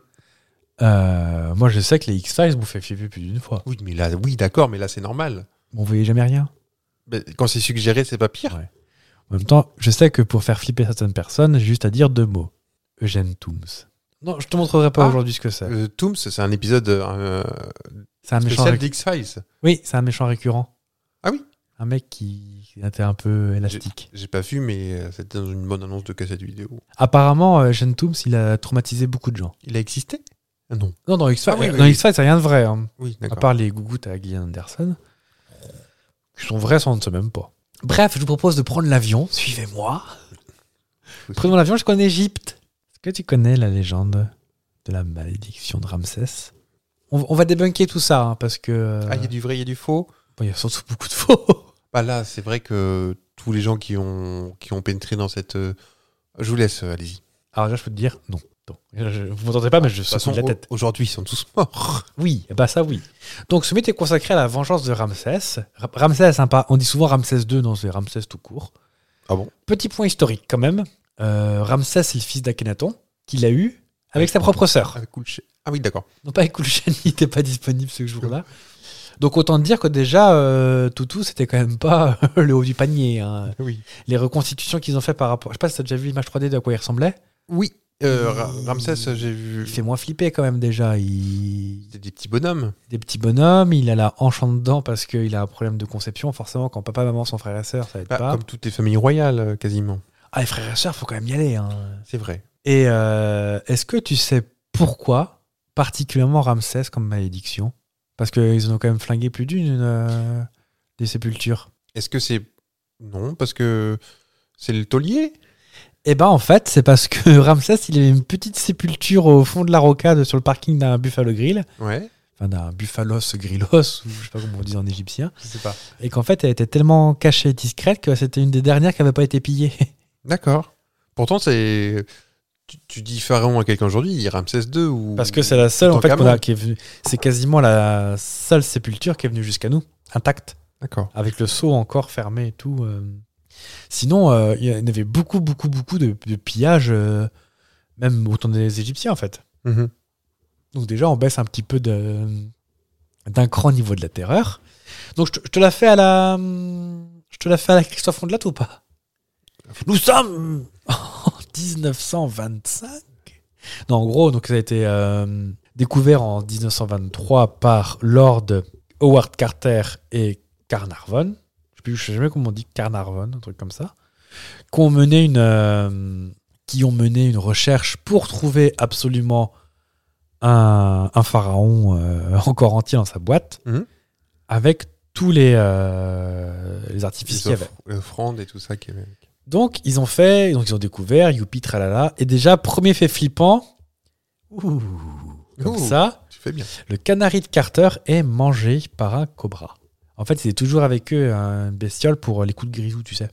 Euh, moi, je sais que les X-Files vous fait flipper plus d'une fois.
Oui, mais là, oui, d'accord, mais là c'est normal.
Mais On voyait jamais rien.
Mais quand c'est suggéré, c'est pas pire.
Ouais. En même temps, je sais que pour faire flipper certaines personnes, j'ai juste à dire deux mots. Eugène Toombs. Non, je te montrerai pas
Ah.
aujourd'hui ce que c'est.
Euh, Tooms, c'est un épisode euh,
C'est un méchant.
spécial
récu-
d'X Files.
Oui, c'est un méchant récurrent.
Ah oui.
Un mec qui était un peu élastique.
J'ai pas vu, mais euh, c'était dans une bonne annonce de cassette vidéo.
Apparemment, euh, Eugène Toombs, il a traumatisé beaucoup de gens.
Il a existé Ah Non.
Non, dans X-Files, euh,
Ah oui, oui,
dans
oui.
X-Files, c'est rien de vrai. hein.
Oui,
À
d'accord.
part les gougouttes à Gillian Anderson, qui sont vrais, ça on ne sait même pas. Bref, je vous propose de prendre l'avion. Suivez-moi. Prenons l'avion jusqu'en Égypte. Est-ce que tu connais la légende de la malédiction de Ramsès on, on va débunker tout ça, hein, parce que... euh,
Ah, il y a du vrai, il y a du faux.
bon, il y a surtout beaucoup de faux.
Bah là, c'est vrai que tous les gens qui ont, qui ont pénétré dans cette. euh, Je vous laisse, euh, allez-y.
Alors là, je peux te dire non. Donc, je- vous m'entendez pas, mais je
De toute
secoue
façon,
la
au-
tête.
aujourd'hui, ils sont tous morts.
Oui, bah ça oui. Donc ce mythe est consacré à la vengeance de Ramsès. Ra- Ramsès, hein, pas- on dit souvent Ramsès II, non, c'est Ramsès tout court.
Ah bon
Petit point historique quand même. Euh, Ramsès est le fils d'Akhenaton, qu'il a eu avec sa propre sœur.
Ah, cool shit. Ah oui, d'accord.
Non pas avec Kulchen, il n'était pas disponible ce jour-là. Donc autant dire que déjà, euh, Toutou, c'était quand même pas euh, le haut du panier. hein.
Oui.
Les reconstitutions qu'ils ont fait par rapport... Je sais pas si t'as déjà vu l'image 3D de à quoi il ressemblait.
Oui. euh, Ra-
Il-
Ramsès, j'ai vu.
Il fait moins flipper quand même déjà. Il...
C'était des petits bonhommes.
des petits bonhommes, il a la hanche en dedans parce qu'il a un problème de conception. Forcément, quand papa, maman sont frères et sœurs, ça aide
Bah,
pas.
Comme toutes les familles royales, euh, quasiment.
Ah, les frères et sœurs, faut quand même y aller. hein.
C'est vrai.
Et euh, est-ce que tu sais pourquoi, particulièrement Ramsès comme malédiction Parce qu'ils en ont quand même flingué plus d'une euh, des sépultures.
Est-ce que c'est. Non, parce que c'est le taulier
Eh ben en fait, c'est parce que Ramsès, il avait une petite sépulture au fond de la rocade sur le parking d'un Buffalo Grill,
Ouais.
enfin d'un Buffalos Grillos, ou je sais pas comment on dit en égyptien,
Je sais pas.
et qu'en fait, elle était tellement cachée et discrète que c'était une des dernières qui n'avait pas été pillée.
D'accord. Pourtant, c'est. Tu, tu dis pharaon à quelqu'un aujourd'hui, il dit Ramsès II ou.
Parce que c'est la seule, en
Tant
fait,
qu'à
qu'on a-
moi.
qui est venue. C'est quasiment la seule sépulture qui est venue jusqu'à nous, intacte,
D'accord.
avec le seau encore fermé et tout. euh. Sinon, euh, il y en avait beaucoup, beaucoup, beaucoup de, de pillages, euh, même autant des Égyptiens, en fait.
Mhm.
Donc, déjà, on baisse un petit peu de- d'un cran au niveau de la terreur. Donc, je te, je te la fais à la. hum, Je te la fais à la Christophe Ondelat ou pas Nous sommes en 1925. Non, en gros, donc ça a été euh, découvert en 1923 par Lord Howard Carter et Carnarvon. Je sais plus- Je sais jamais comment on dit Carnarvon, un truc comme ça. Qui ont mené une, euh, qui ont mené une recherche pour trouver absolument un, un pharaon euh, encore entier dans sa boîte,
Mhm.
avec tous les, euh, les artifices qu'il y
Les
avait.
offr- offrandes euh, et tout ça. Qui... est-
Donc, ils ont fait, donc ils ont découvert, youpi, tralala. Et déjà, premier fait flippant, ouh, comme
Ouh.
ça,
Tu fais bien.
le canari de Carter est mangé par un cobra. En fait, c'est toujours avec eux un bestiole pour les coups de grisou, tu sais.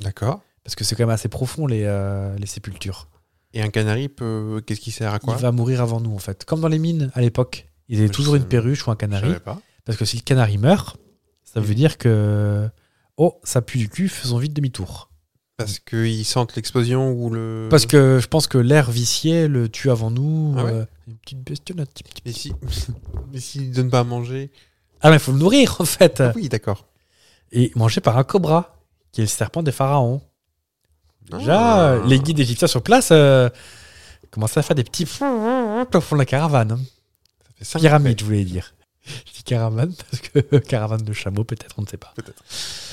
D'accord.
Parce que c'est quand même assez profond, les, euh, les sépultures.
Et un canari, peut... qu'est-ce qui sert à quoi
Il va mourir avant nous, en fait. Comme dans les mines, à l'époque. Ils avaient
Je
toujours une
savais-
perruche ou un
Je
canari.
savais pas.
Parce que si le canari meurt, ça veut dire que... Oh, ça pue du cul, faisons vite demi-tour.
Parce qu'ils sentent l'explosion ou le.
Parce que je pense que l'air vicié le tue avant nous.
Ah ouais
euh, une petite bestiole, un petit- petit-
Mais si. Mais s'ils ne donnent pas à manger.
Ah, mais il faut le nourrir, en fait.
Oui, d'accord.
Et mangé par un cobra, qui est le serpent des pharaons. Déjà,
Ah.
euh, les guides égyptiens sur place euh, commençaient à faire des petits au fond de la caravane. hein.
Ça fait cinq
Pyramide, je voulais dire. Je dis caravane parce que caravane de chameau, peut-être, on ne sait pas.
Peut-être.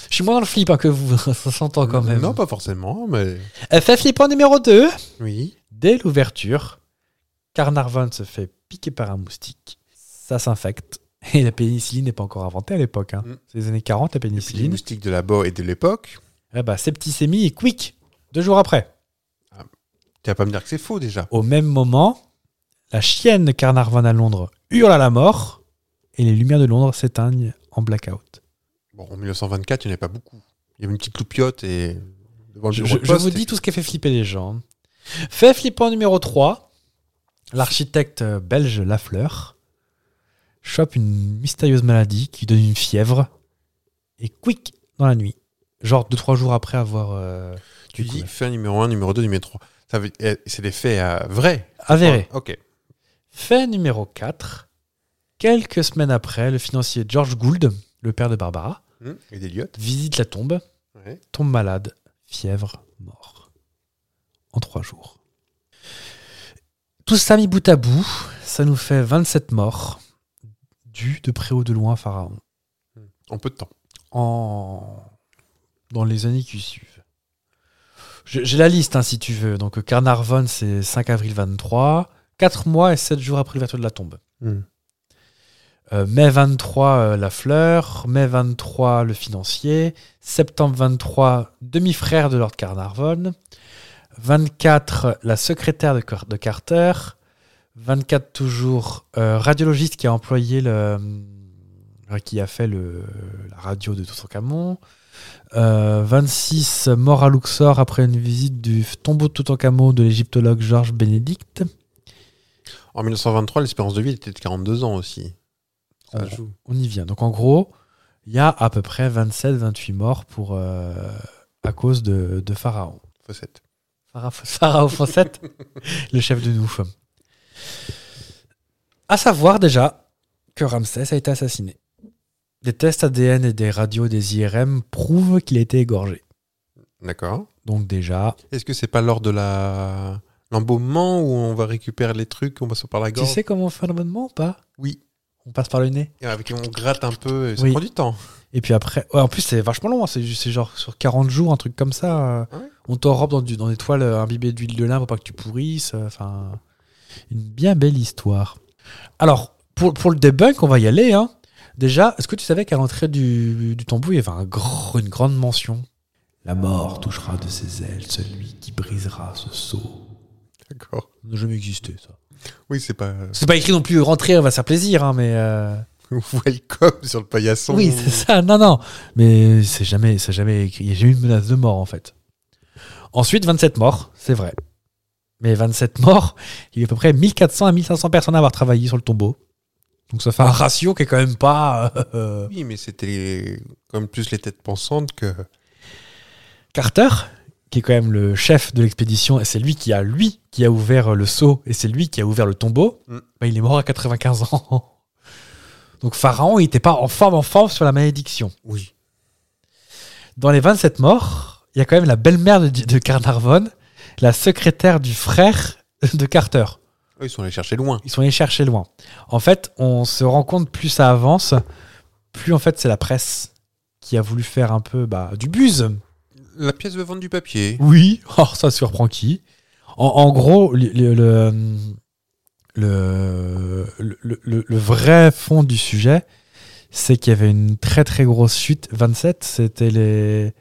Je suis moins dans le flip hein, que vous, ça s'entend quand même.
Non, pas forcément, mais.
Euh, Fait flippant numéro 2.
Oui.
Dès l'ouverture, Carnarvon se fait piquer par un moustique. Ça s'infecte. Et la pénicilline n'est pas encore inventée à l'époque. hein.
Mm.
C'est les années 40, la
Et puis les
pénicilline.
moustiques de la boa et de l'époque.
Ah bah, septicémie et quick, deux jours après.
Tu vas pas me dire que c'est faux déjà.
Au même moment, la chienne de Carnarvon à Londres hurle à la mort et les lumières de Londres s'éteignent en blackout.
Bon, en 1924, il n'y en avait pas beaucoup. Il y avait une petite loupiote et. Devant le
Je,
bureau
je-
de
je
poste,
vous dis tout ce qui a fait flipper les gens. Fait flippant numéro 3, l'architecte belge Lafleur chope une mystérieuse maladie qui donne une fièvre et quick dans la nuit. Genre 2-3 jours après avoir euh,
Tu dis
découvert.
fait numéro 1, numéro 2, numéro 3. Ça veut- eh, C'est des faits euh, vrais.
avéré.
Ah, ok.
Fait numéro 4, quelques semaines après, le financier George Gould, le père de Barbara,
Hum, Et d'Eliot.
visite la tombe,
Ouais.
tombe malade, fièvre, mort. En trois jours. Tout ça mis bout à bout, ça nous fait 27 morts, dus de près ou de loin à Pharaon,
En peu de temps.
en... dans les années qui suivent. Je- J'ai la liste hein, si tu veux. Donc Carnarvon, c'est 5 avril 23, 4 mois et 7 jours après l'ouverture de la tombe.
Hum.
Euh, mai 23, euh, la fleur. Mai 23, le financier. Septembre 23, demi-frère de Lord Carnarvon. 24, la secrétaire de, Car- de Carter. 24, toujours, euh, radiologiste hein, qui a employé le. euh, qui a fait le, la radio de Toutankhamon. Euh, 26, mort à Luxor après une visite du tombeau de Toutankhamon de l'égyptologue Georges Bénédicte.
En 1923, l'espérance de vie était de 42 ans aussi. Ça
On-
joue.
On y vient. Donc en gros, il y a à peu près 27-28 morts pour, euh, à cause de, de Pharaon.
Fossette.
Phara- Pharaon Fawcett, le chef de Nouf. À savoir déjà que Ramsès a été assassiné. Des tests ADN et des radios des IRM prouvent qu'il a été égorgé.
D'accord.
Donc déjà,
Est-ce que c'est pas lors de la l'embaumement où on va récupérer les trucs, on passe par la
tu
gorge
sais comment on fait un abonnement ou pas
Oui.
On passe par le nez
Et avec Ah, on gratte un peu, et ça
Oui.
prend du temps.
Et puis après, ouais, en plus c'est vachement long, hein, c'est ju- c'est genre sur 40 jours, un truc comme ça. euh,
Ah ouais
On t'enrobe dans, du- dans des toiles euh, imbibées d'huile de lin pour pas que tu pourrisses. euh, Enfin, une bien belle histoire. Alors, pour, pour le debunk, on va y aller. hein. Déjà, est-ce que tu savais qu'à l'entrée du, du tombeau, il y avait un gr- une grande mention La mort touchera de ses ailes celui qui brisera ce sceau.
D'accord.
Ça n'a jamais existé, ça.
Oui, c'est pas.
C'est pas écrit non plus rentrer, on va se faire plaisir, hein, mais. euh,
Welcome sur le paillasson.
Oui, c'est ça. Non, non. Mais c'est jamais, c'est jamais écrit. Il y a jamais eu une menace de mort, en fait. Ensuite, 27 morts, c'est vrai. Mais 27 morts, il y a à peu près 1400 à 1500 personnes à avoir travaillé sur le tombeau. Donc ça fait un ratio qui est quand même pas... euh,
Oui, mais c'était quand même plus les têtes pensantes que.
Carter, qui est quand même le chef de l'expédition, et c'est lui qui a, lui, qui a ouvert le seau, et c'est lui qui a ouvert le tombeau,
Mm.
bah, il est mort à 95 ans. Donc Pharaon, il n'était pas en forme, en forme sur la malédiction.
Oui.
Dans les 27 morts, il y a quand même la belle-mère de, de Carnarvon, la secrétaire du frère de Carter.
Eux, Ils sont allés chercher loin.
Ils sont allés chercher loin. En fait, on se rend compte plus ça avance, plus en fait c'est la presse qui a voulu faire un peu bah, du buzz.
La pièce veut vendre du papier.
Oui, oh, ça surprend qui en, en gros, le, le, le- le- le- le- le vrai fond du sujet, c'est qu'il y avait une très très grosse chute. 27, c'était les...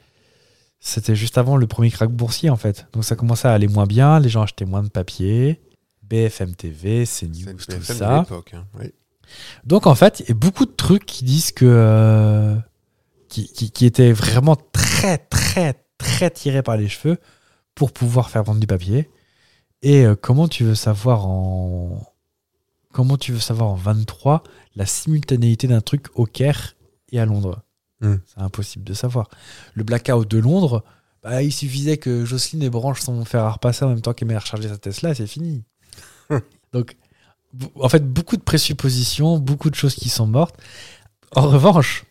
C'était juste avant le premier crack boursier en fait. Donc ça commençait à aller moins bien, les gens achetaient moins de papier, BFM TV,
C'est
CNews,
le
tout
PFM
ça.
de l'époque. hein. Oui.
Donc en fait, il y a beaucoup de trucs qui disent que. euh, qui, qui- qui étaient vraiment très, très, très tirés par les cheveux pour pouvoir faire vendre du papier. Et euh, comment tu veux savoir en. Comment tu veux savoir en 23 la simultanéité d'un truc au Caire et à Londres
Hmm.
C'est impossible de savoir. Le blackout de Londres, bah, il suffisait que Jocelyne et Branche son fer à repasser en même temps qu'Emma recharger sa Tesla et c'est fini. Donc, b- en fait, beaucoup de présuppositions, beaucoup de choses qui sont mortes. En revanche,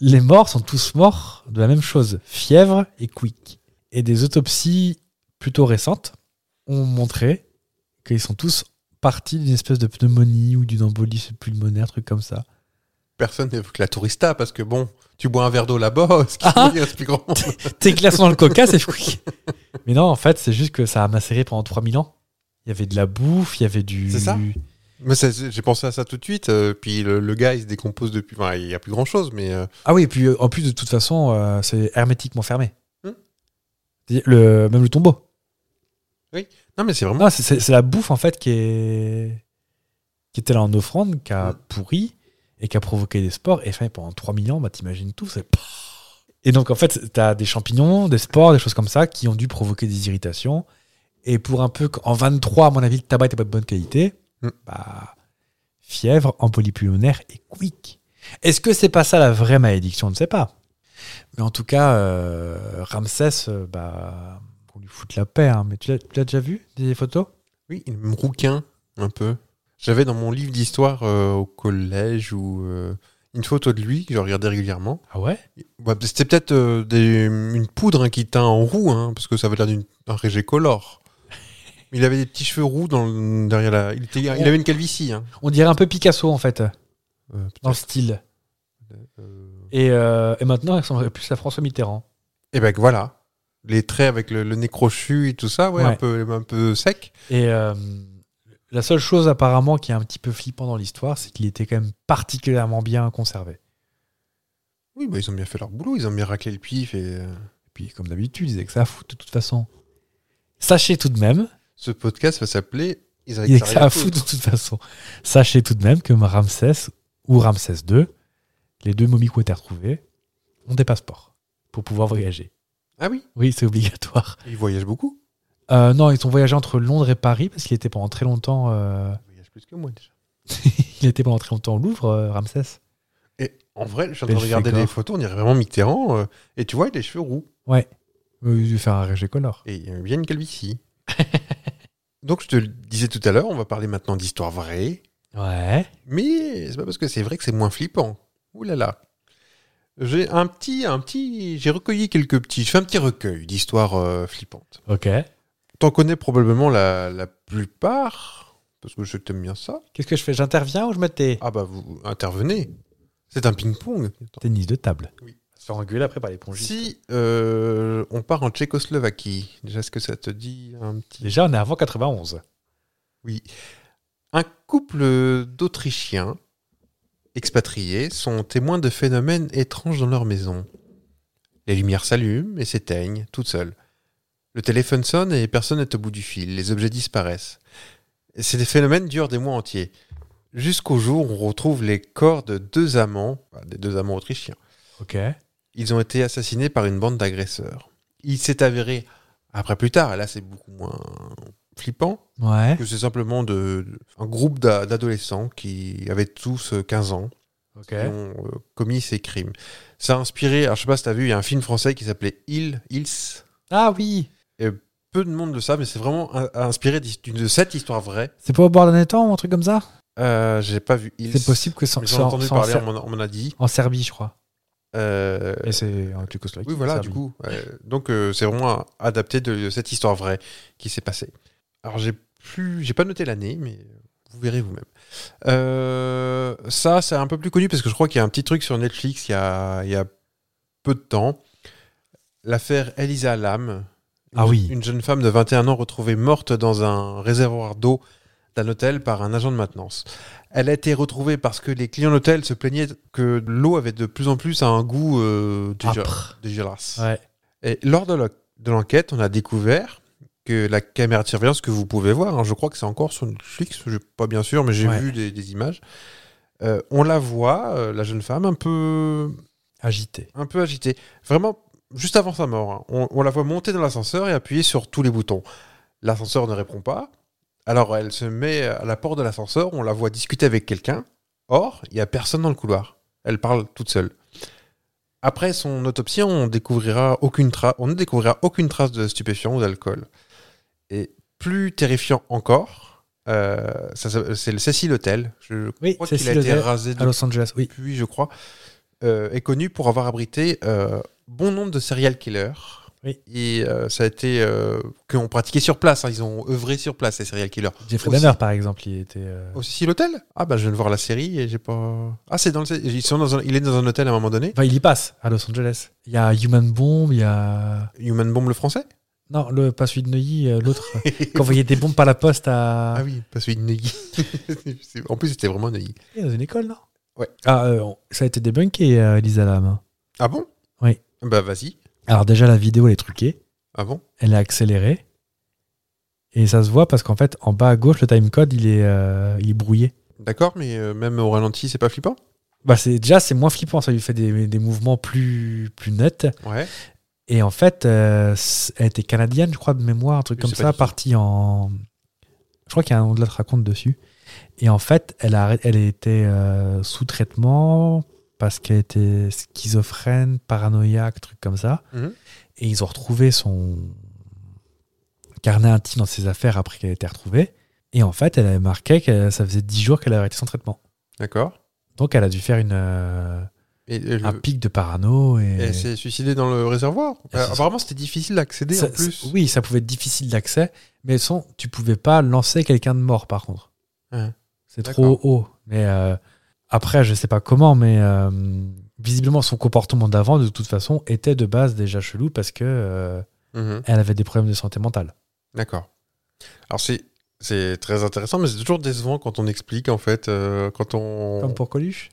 les morts sont tous morts de la même chose, fièvre et quick. Et des autopsies plutôt récentes ont montré qu'ils sont tous partis d'une espèce de pneumonie ou d'une embolie pulmonaire, truc comme ça.
Personne n'évoque la tourista parce que bon, tu bois un verre d'eau là-bas, ce qui
Ah
il reste plus grand monde.
T'es glaçon dans le coca, c'est quick. Mais non, en fait, c'est juste que ça a macéré pendant 3000 ans. Il y avait de la bouffe, il y avait du...
C'est ça Mais ça, c'est- j'ai pensé à ça tout de suite. euh, puis le, le gars, il se décompose depuis. enfin, il n'y a plus grand-chose, mais euh,
Ah oui, et puis euh, en plus, de toute façon, euh, c'est hermétiquement fermé.
Hmm.
C'est-à-dire Le, même le tombeau.
non, mais c'est vraiment.
Non, c'est- c'est c'est la bouffe en fait qui est qui était là en offrande, qui a
Mm.
pourri et qui a provoqué des sports. Et enfin, pendant 3 millions, bah, t'imagines tout, c'est. Et donc en fait, t'as des champignons, des spores, des choses comme ça qui ont dû provoquer des irritations. Et pour un peu, en 23, à mon avis, le tabac était pas de bonne qualité.
Mm.
Bah, fièvre, embolie pulmonaire et quick. Est-ce que c'est pas ça la vraie malédiction On ne sait pas. Mais en tout cas, euh, Ramsès, euh, bah, on lui fout la paix. hein. Mais tu l'as- tu l'as déjà vu, des photos
Oui, il me rouquin un peu. J'avais dans mon livre d'histoire euh, au collège ou euh, une photo de lui que je regardais régulièrement.
Ah ouais
Ouais, C'était peut-être euh, des- une poudre hein, qui teint en roux, hein, parce que ça avait l'air d'une- d'un régé color. Il avait des petits cheveux roux dans le- derrière la. Il, était- il avait une calvitie. hein.
On dirait un peu Picasso en fait,
Euh,
dans le style.
euh,
Et, euh, et maintenant, elle ressemblerait plus à François Mitterrand.
Et ben voilà. Les traits avec le, le nez crochu et tout ça, ouais,
Ouais.
Un, peu, un peu sec.
Et euh, la seule chose apparemment qui est un petit peu flippant dans l'histoire, c'est qu'il était quand même particulièrement bien conservé.
Oui, bah, ils ont bien fait leur boulot, ils ont bien raclé le pif. Et... euh,
Et puis, comme d'habitude, ils disaient que ça fout de toute façon. Sachez tout de même,
Ce podcast va s'appeler Ils avaient
il
que
est que ça
à
à foutre de toute façon. Sachez tout de même que Ramsès ou Ramsès II, les deux momies qui ont été retrouvées, ont des passeports pour pouvoir voyager.
Ah oui
Oui, c'est obligatoire.
Il voyage beaucoup
Euh, non, ils ont voyagé entre Londres et Paris parce qu'il était pendant très longtemps, euh,
Il voyage plus que moi déjà.
il était pendant très longtemps au Louvre, euh, Ramsès.
Et en vrai, je suis en
Mais
train de
je fais
regarder
gaffe.
les photos, on dirait vraiment Mitterrand. euh, et tu vois, il a les cheveux roux.
Ouais, Euh, il a fait un régé color.
Et il aime bien une calvitie. Donc, je te le disais tout à l'heure, on va parler maintenant d'histoire vraie.
Ouais.
Mais c'est pas parce que c'est vrai que c'est moins flippant. Ouh là là. J'ai un petit, un petit, j'ai recueilli quelques petits, je fais un petit recueil d'histoires euh, flippantes.
Ok.
T'en connais probablement la, la plupart, parce que je sais que t'aimes bien ça.
Qu'est-ce que je fais J'interviens ou je me tais
Ah bah vous intervenez. C'est un ping-pong.
Tennis de table.
Oui.
Se faire engueuler après par les pongistes.
Si euh, on part en Tchécoslovaquie, déjà est-ce que ça te dit un petit
Déjà, on est avant 91.
Oui. Un couple d'Autrichiens expatriés sont témoins de phénomènes étranges dans leur maison. Les lumières s'allument et s'éteignent toutes seules. Le téléphone sonne et personne n'est au bout du fil. Les objets disparaissent. Et Ces phénomènes durent des mois entiers. Jusqu'au jour où on retrouve les corps de deux amants, enfin, des deux amants autrichiens.
Ok.
Ils ont été assassinés par une bande d'agresseurs. Il s'est avéré, après plus tard, et là c'est beaucoup moins flippant,
Ouais.
que c'est simplement de, un groupe d'a- d'adolescents qui avaient tous euh, 15 ans
Ok.
qui ont euh, commis ces crimes. Ça a inspiré, alors je sais pas si t'as vu, il y a un film français qui s'appelait Il, Ils.
Ah oui
Peu de monde le savent, mais c'est vraiment un- inspiré d'his- d'une- de cette histoire vraie.
C'est pas au bord d'un étang ou un truc comme ça
Euh, J'ai pas vu Ils.
C'est possible que sans.
Mais J'en ai entendu
sans-
parler,
sans-
on m'en- on m'en a dit.
en Serbie, je crois.
Euh,
Et c'est en Tchécoslovaquie.
oui, voilà, du coup. euh, donc euh, c'est vraiment adapté de, de cette histoire vraie qui s'est passée. Alors j'ai plus, j'ai pas noté l'année, mais vous verrez vous-même. Euh, ça, c'est un peu plus connu parce que je crois qu'il y a un petit truc sur Netflix il y a, il y a peu de temps. L'affaire Elisa Lam.
Ah
Une-
oui.
Une jeune femme de 21 ans retrouvée morte dans un réservoir d'eau d'un hôtel par un agent de maintenance. Elle a été retrouvée parce que les clients d'hôtel se plaignaient que l'eau avait de plus en plus un goût euh, dégueu-
Âpre.
dégueulasse.
Ah, Ouais.
Et lors de la- de l'enquête, on a découvert que la caméra de surveillance que vous pouvez voir, hein, je crois que c'est encore sur Netflix, je suis pas bien sûr, mais j'ai
Ouais.
vu des, des images. Euh, on la voit, euh, la jeune femme, un peu,
Agité.
un peu agitée. Vraiment, juste avant sa mort, hein. on, on la voit monter dans l'ascenseur et appuyer sur tous les boutons. L'ascenseur ne répond pas. Alors elle se met à la porte de l'ascenseur, on la voit discuter avec quelqu'un. Or, il n'y a personne dans le couloir. Elle parle toute seule. Après son autopsie, on, découvrira aucune tra- on ne découvrira aucune trace de stupéfiants ou d'alcool. Et plus terrifiant encore, euh, ça s'appelle- c'est le Cécile Hotel. Je
Oui,
crois qu'il a
Cecil
été
Hotel
rasé de
À Los Angeles, oui.
puis, je crois, euh, est connu pour avoir abrité euh, bon nombre de serial killers.
Oui.
Et euh, ça a été euh, qu'on pratiquait sur place. hein. Ils ont œuvré sur place, les serial killers.
Jeffrey
Aussi.
Dahmer, par exemple, il était. euh,
Au Cecil Hotel Ah, bah, je viens de voir la série et j'ai pas. Ah, c'est dans le. Ils sont dans un- Il est dans un hôtel à un moment donné.
Enfin, il y passe à Los Angeles. Il y a Human Bomb, il y a.
Human Bomb le français
Non, le, pas celui de Neuilly, euh, l'autre. Quand vous voyez des bombes par la poste à.
Ah oui, parce qu'il Neuilly. C'est- en plus, c'était vraiment Neuilly.
Dans une école, non
Ouais.
Ah, euh, on- ça a été débunké, euh, Elisa Lam.
Ah bon
Oui.
Bah, vas-y.
Alors, déjà, la vidéo, elle est truquée.
Ah bon
Elle est accélérée. Et ça se voit parce qu'en fait, en bas à gauche, le timecode, il, est, euh, il est brouillé.
D'accord, mais euh, même au ralenti, c'est pas flippant
Bah, c'est, déjà, c'est moins flippant. Ça lui fait des, des mouvements plus, plus nets.
Ouais.
Et en fait, euh, c- elle était canadienne, je crois, de mémoire, un truc
Je
comme
sais pas
ça,
du tout.
partie en. Je crois qu'il y a un nom de la raconte dessus. Et en fait, elle, a, arrêt- elle était euh, sous traitement parce qu'elle était schizophrène, paranoïaque, truc comme ça.
Mhm.
Et ils ont retrouvé son carnet intime dans ses affaires après qu'elle ait été retrouvée. Et en fait, elle avait marqué que ça faisait 10 jours qu'elle avait arrêté son traitement.
D'accord.
Donc, elle a dû faire une, euh,
Et, et
un
le-
pic de parano.
Et elle s'est suicidée dans le réservoir.
Et
Euh,
c'est-
apparemment, c'était difficile d'accéder
Ça-
en plus.
ça- oui, ça pouvait être difficile d'accès, mais son, tu pouvais pas lancer quelqu'un de mort par contre.
Hein.
C'est trop
D'accord.
haut. Mais euh, après, je sais pas comment, mais euh, visiblement son comportement d'avant, de toute façon, était de base déjà chelou parce que euh,
Mhm,
elle avait des problèmes de santé mentale.
D'accord. Alors, c'est. C'est très intéressant, mais c'est toujours décevant quand on explique, en fait, euh, quand on...
Comme pour Coluche.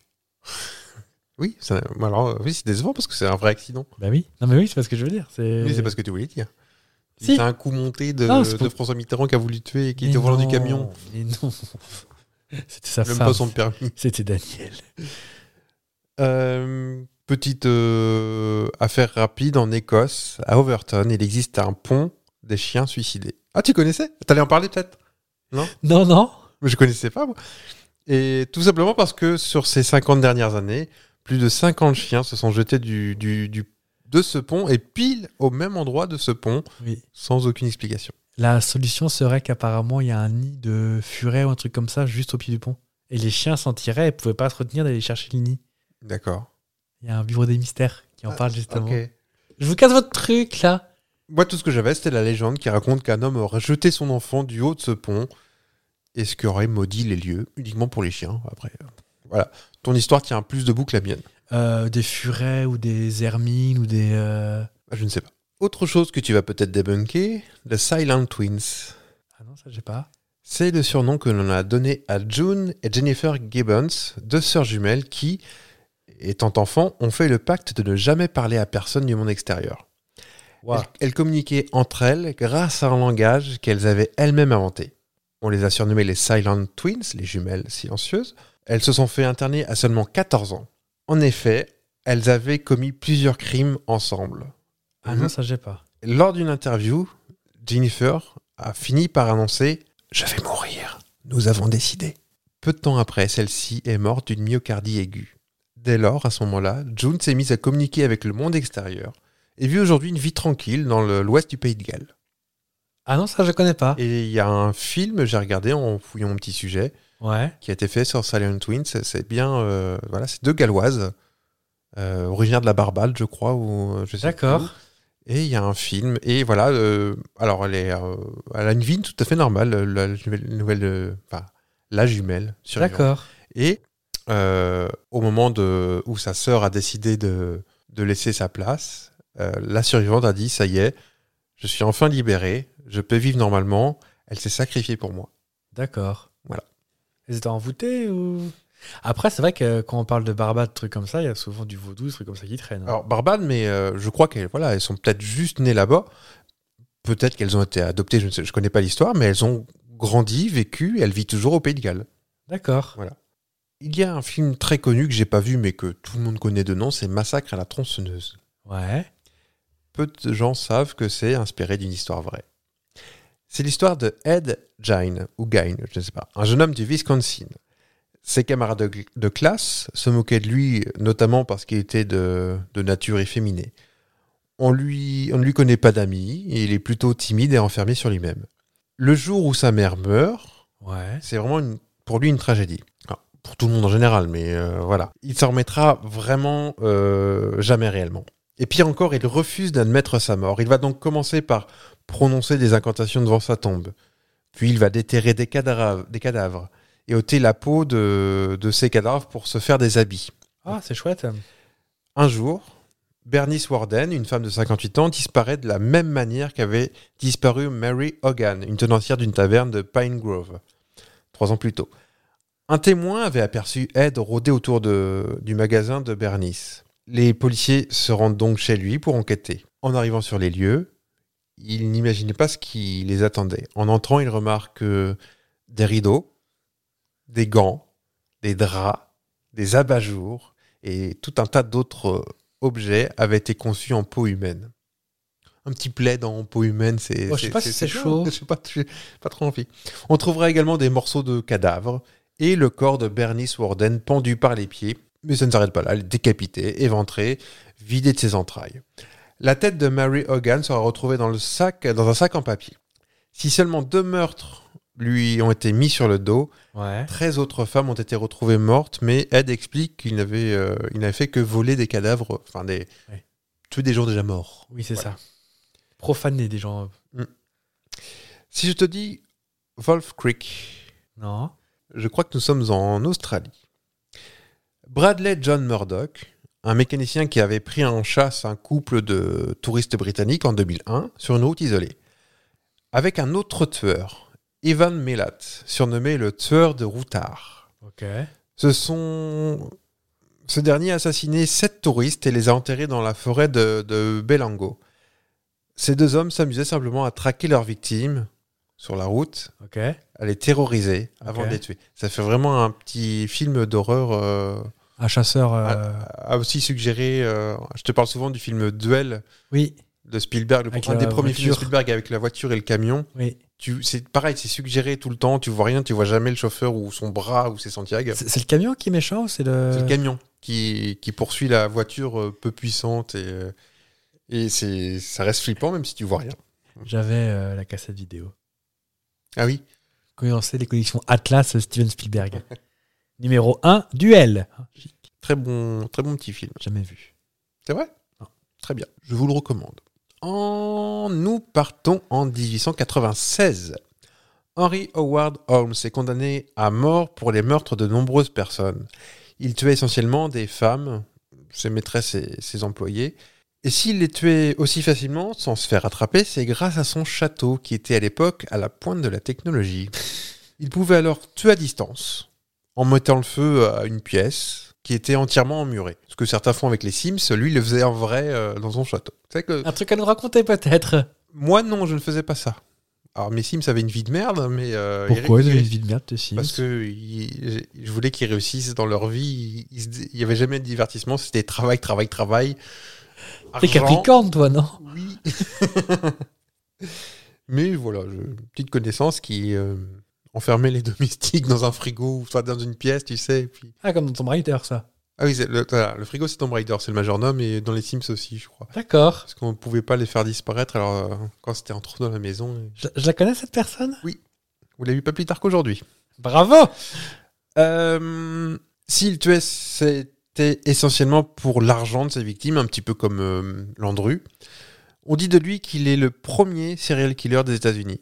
Oui, ça- alors, euh, oui, c'est décevant parce que c'est un vrai accident.
Bah oui. Non mais oui, c'est pas ce que je veux dire.
Oui, c'est pas ce que tu voulais dire.
Si.
C'est un coup monté de,
Non, c'est
de
pas-
François Mitterrand qui a voulu tuer et qui
Mais
était au volant du
non, Ah,
camion.
mais non. C'était sa
Même
femme.
pas son permis.
C'était Daniel.
Euh, Petite euh, affaire rapide en Écosse, à Overton, il existe un pont des chiens suicidés. Ah, tu connaissais T'allais en parler peut-être
Non, non.
Mais je connaissais pas, moi. Et tout simplement parce que sur ces 50 dernières années, plus de 50 chiens se sont jetés du, du- du- de ce pont et pile au même endroit de ce pont,
Oui.
sans aucune explication.
La solution serait qu'apparemment il y a un nid de furet ou un truc comme ça juste au pied du pont. Et les chiens s'en tiraient et pouvaient pas se retenir d'aller chercher le nid.
D'accord.
Il y a un bureau des mystères qui en parle justement.
Ah, Ok.
Je vous casse votre truc là.
Moi, tout ce que j'avais, c'était la légende qui raconte qu'un homme aurait jeté son enfant du haut de ce pont et ce qui aurait maudit les lieux, uniquement pour les chiens. Après, euh, voilà. Ton histoire tient plus debout que la mienne.
Euh, des furets ou des hermines ou des. euh,
Bah, Je ne sais pas. Autre chose que tu vas peut-être débunker, les Silent Twins.
Ah non, ça j'ai pas.
C'est le surnom que l'on a donné à June et Jennifer Gibbons, deux sœurs jumelles qui, étant enfants, ont fait le pacte de ne jamais parler à personne du monde extérieur.
Waouh.
Elles, elles communiquaient entre elles grâce à un langage qu'elles avaient elles-mêmes inventé. On les a surnommées les Silent Twins, les jumelles silencieuses. Elles se sont fait interner à seulement 14 ans. En effet, elles avaient commis plusieurs crimes ensemble.
Ah
Mhm.
non, ça j'ai pas.
Lors d'une interview, Jennifer a fini par annoncer Je vais mourir. Nous avons décidé. Peu de temps après, celle-ci est morte d'une myocardie aiguë. Dès lors, à ce moment-là, June s'est mise à communiquer avec le monde extérieur et vit aujourd'hui une vie tranquille dans le- l'ouest du pays de Galles.
Ah non, ça je connais pas.
Et il y a un film, j'ai regardé en fouillant mon petit sujet,
Ouais.
qui a été fait sur Silent Twins. C'est- C'est bien, euh, voilà, c'est deux Galloises, euh, originaires de la Barbade, je crois, ou euh, je sais plus.
D'accord.
Et il y a un film, et voilà, euh, alors elle, est, euh, elle a une vie tout à fait normale, euh, la, jumelle- nouvelle, euh, enfin, la jumelle survivante.
D'accord.
Et euh, au moment de, où sa sœur a décidé de, de laisser sa place, euh, la survivante a dit, ça y est, je suis enfin libérée, je peux vivre normalement, elle s'est sacrifiée pour moi.
D'accord.
Voilà.
Elles étaient envoûtées ou. Après, c'est vrai que quand on parle de Barbade, trucs comme ça, il y a souvent du vaudou, des trucs comme ça qui traînent. hein.
Alors, Barbade, mais euh, je crois qu'elles voilà, elles sont peut-être juste nées là-bas. Peut-être qu'elles ont été adoptées, je ne sais, je connais pas l'histoire, mais elles ont grandi, vécu, et elles vivent toujours au Pays de Galles.
D'accord.
Il y a un film très connu que j'ai pas vu mais que tout le monde connaît de nom, c'est Massacre à la tronçonneuse.
Ouais.
Peu de gens savent que c'est inspiré d'une histoire vraie. C'est l'histoire de Ed Gein, ou Gein, je ne sais pas, un jeune homme du Wisconsin. Ses camarades de, de classe se moquaient de lui, notamment parce qu'il était de, de nature efféminée. On, lui, on ne lui connaît pas d'amis, et il est plutôt timide et enfermé sur lui-même. Le jour où sa mère meurt,
Ouais.
c'est vraiment une- pour lui une tragédie. Alors, pour tout le monde en général, mais euh, voilà. Il s'en remettra vraiment euh, jamais réellement. Et pire encore, il refuse d'admettre sa mort. Il va donc commencer par prononcer des incantations devant sa tombe. Puis il va déterrer des cadavres, des cadavres et ôter la peau de, de ces cadavres pour se faire des habits.
Ah, c'est chouette.
Un jour, Bernice Warden, une femme de 58 ans, disparaît de la même manière qu'avait disparu Mary Hogan, une tenancière d'une taverne de Pine Grove, trois ans plus tôt. Un témoin avait aperçu Ed rôder autour de- du magasin de Bernice. Les policiers se rendent donc chez lui pour enquêter. En arrivant sur les lieux, ils n'imaginaient pas ce qui les attendait. En entrant, ils remarquent euh, des rideaux, des gants, des draps, des abat-jours et tout un tas d'autres euh, objets avaient été conçus en peau humaine. Un petit plaid en peau humaine, c'est.
Oh, je sais pas si c'est
bien.
chaud.
Je sais pas, j'ai pas trop envie. On trouvera également des morceaux de cadavres et le corps de Bernice Warden pendu par les pieds. Mais ça ne s'arrête pas là, elle est décapitée, éventrée, vidée de ses entrailles. La tête de Mary Hogan sera retrouvée dans, le sac, dans un sac en papier. Si seulement deux meurtres lui ont été mis sur le dos,
Ouais.
13 autres femmes ont été retrouvées mortes, mais Ed explique qu'il n'avait euh, il n'avait fait que voler des cadavres, enfin des,
Ouais.
tuer des gens déjà morts.
Oui, c'est
Voilà.
ça. Profaner des gens. euh,
Si je te dis Wolf Creek,
Non.
je crois que nous sommes en Australie. Bradley John Murdoch, un mécanicien qui avait pris en chasse un couple de touristes britanniques en 2001 sur une route isolée, avec un autre tueur, Evan Mellat, surnommé le tueur de routard.
Ok.
Ce sont. Ce dernier a assassiné sept touristes et les a enterrés dans la forêt de, de Belango. Ces deux hommes s'amusaient simplement à traquer leurs victimes sur la route,
Ok.
à les terroriser avant
Ok.
de les tuer. Ça fait vraiment un petit film d'horreur euh,
Un chasseur. euh,
a aussi suggéré. euh, je te parle souvent du film Duel
Oui,
de Spielberg, le
Avec
un
la
des premiers films de
voiture.
Spielberg avec la voiture et le camion.
oui.
Tu, c'est pareil, c'est suggéré tout le temps. Tu vois rien, tu vois jamais le chauffeur ou son bras ou ses Santiago.
C'est c'est le camion qui est méchant ou c'est le.
C'est le camion qui, qui poursuit la voiture euh, peu puissante et, euh, et c'est, ça reste flippant même si tu vois rien.
J'avais euh, la cassette vidéo.
Ah oui,
Commencer les collections Atlas Steven Spielberg. Numéro 1, Duel.
très bon, très bon petit film.
Jamais vu.
C'est vrai
Non.
Très bien, je vous le recommande. En... Nous partons en 1896. Henry Howard Holmes est condamné à mort pour les meurtres de nombreuses personnes. Il tuait essentiellement des femmes, ses maîtresses et ses employés. Et s'il les tuait aussi facilement, sans se faire attraper, c'est grâce à son château qui était à l'époque à la pointe de la technologie. Il pouvait alors tuer à distance, en mettant le feu à une pièce qui était entièrement emmurée. Ce que certains font avec les Sims, lui, il le faisait en vrai euh, dans son château. C'est que
Un truc à nous raconter peut-être.
moi, non, je ne faisais pas ça. Alors, mes Sims avaient une vie de merde, mais. euh,
Pourquoi
ils-
ils avaient une vie de merde, tes Sims
Parce que ils- je voulais qu'ils réussissent dans leur vie. Ils- ils se- Il n'y avait jamais de divertissement, c'était travail, travail, travail.
T'es
Argent.
Capricorne, toi, non
Oui. Mais voilà, je- une petite connaissance qui euh, enfermait les domestiques dans un frigo ou soit dans une pièce, tu sais. et puis-
Ah, comme dans Tomb Raider, ça.
Ah oui, c'est le, voilà, le frigo c'est Tomb Raider, c'est le majordome et dans les Sims aussi, je crois.
D'accord.
Parce qu'on ne pouvait pas les faire disparaître alors euh, quand c'était en trop dans la maison. euh,
Je, je la connais, cette personne
Vous l'avez vu pas plus tard qu'aujourd'hui.
Bravo
Euh, S'il tuait, c'était essentiellement pour l'argent de ses victimes, un petit peu comme euh, Landru. On dit de lui qu'il est le premier serial killer des États-Unis.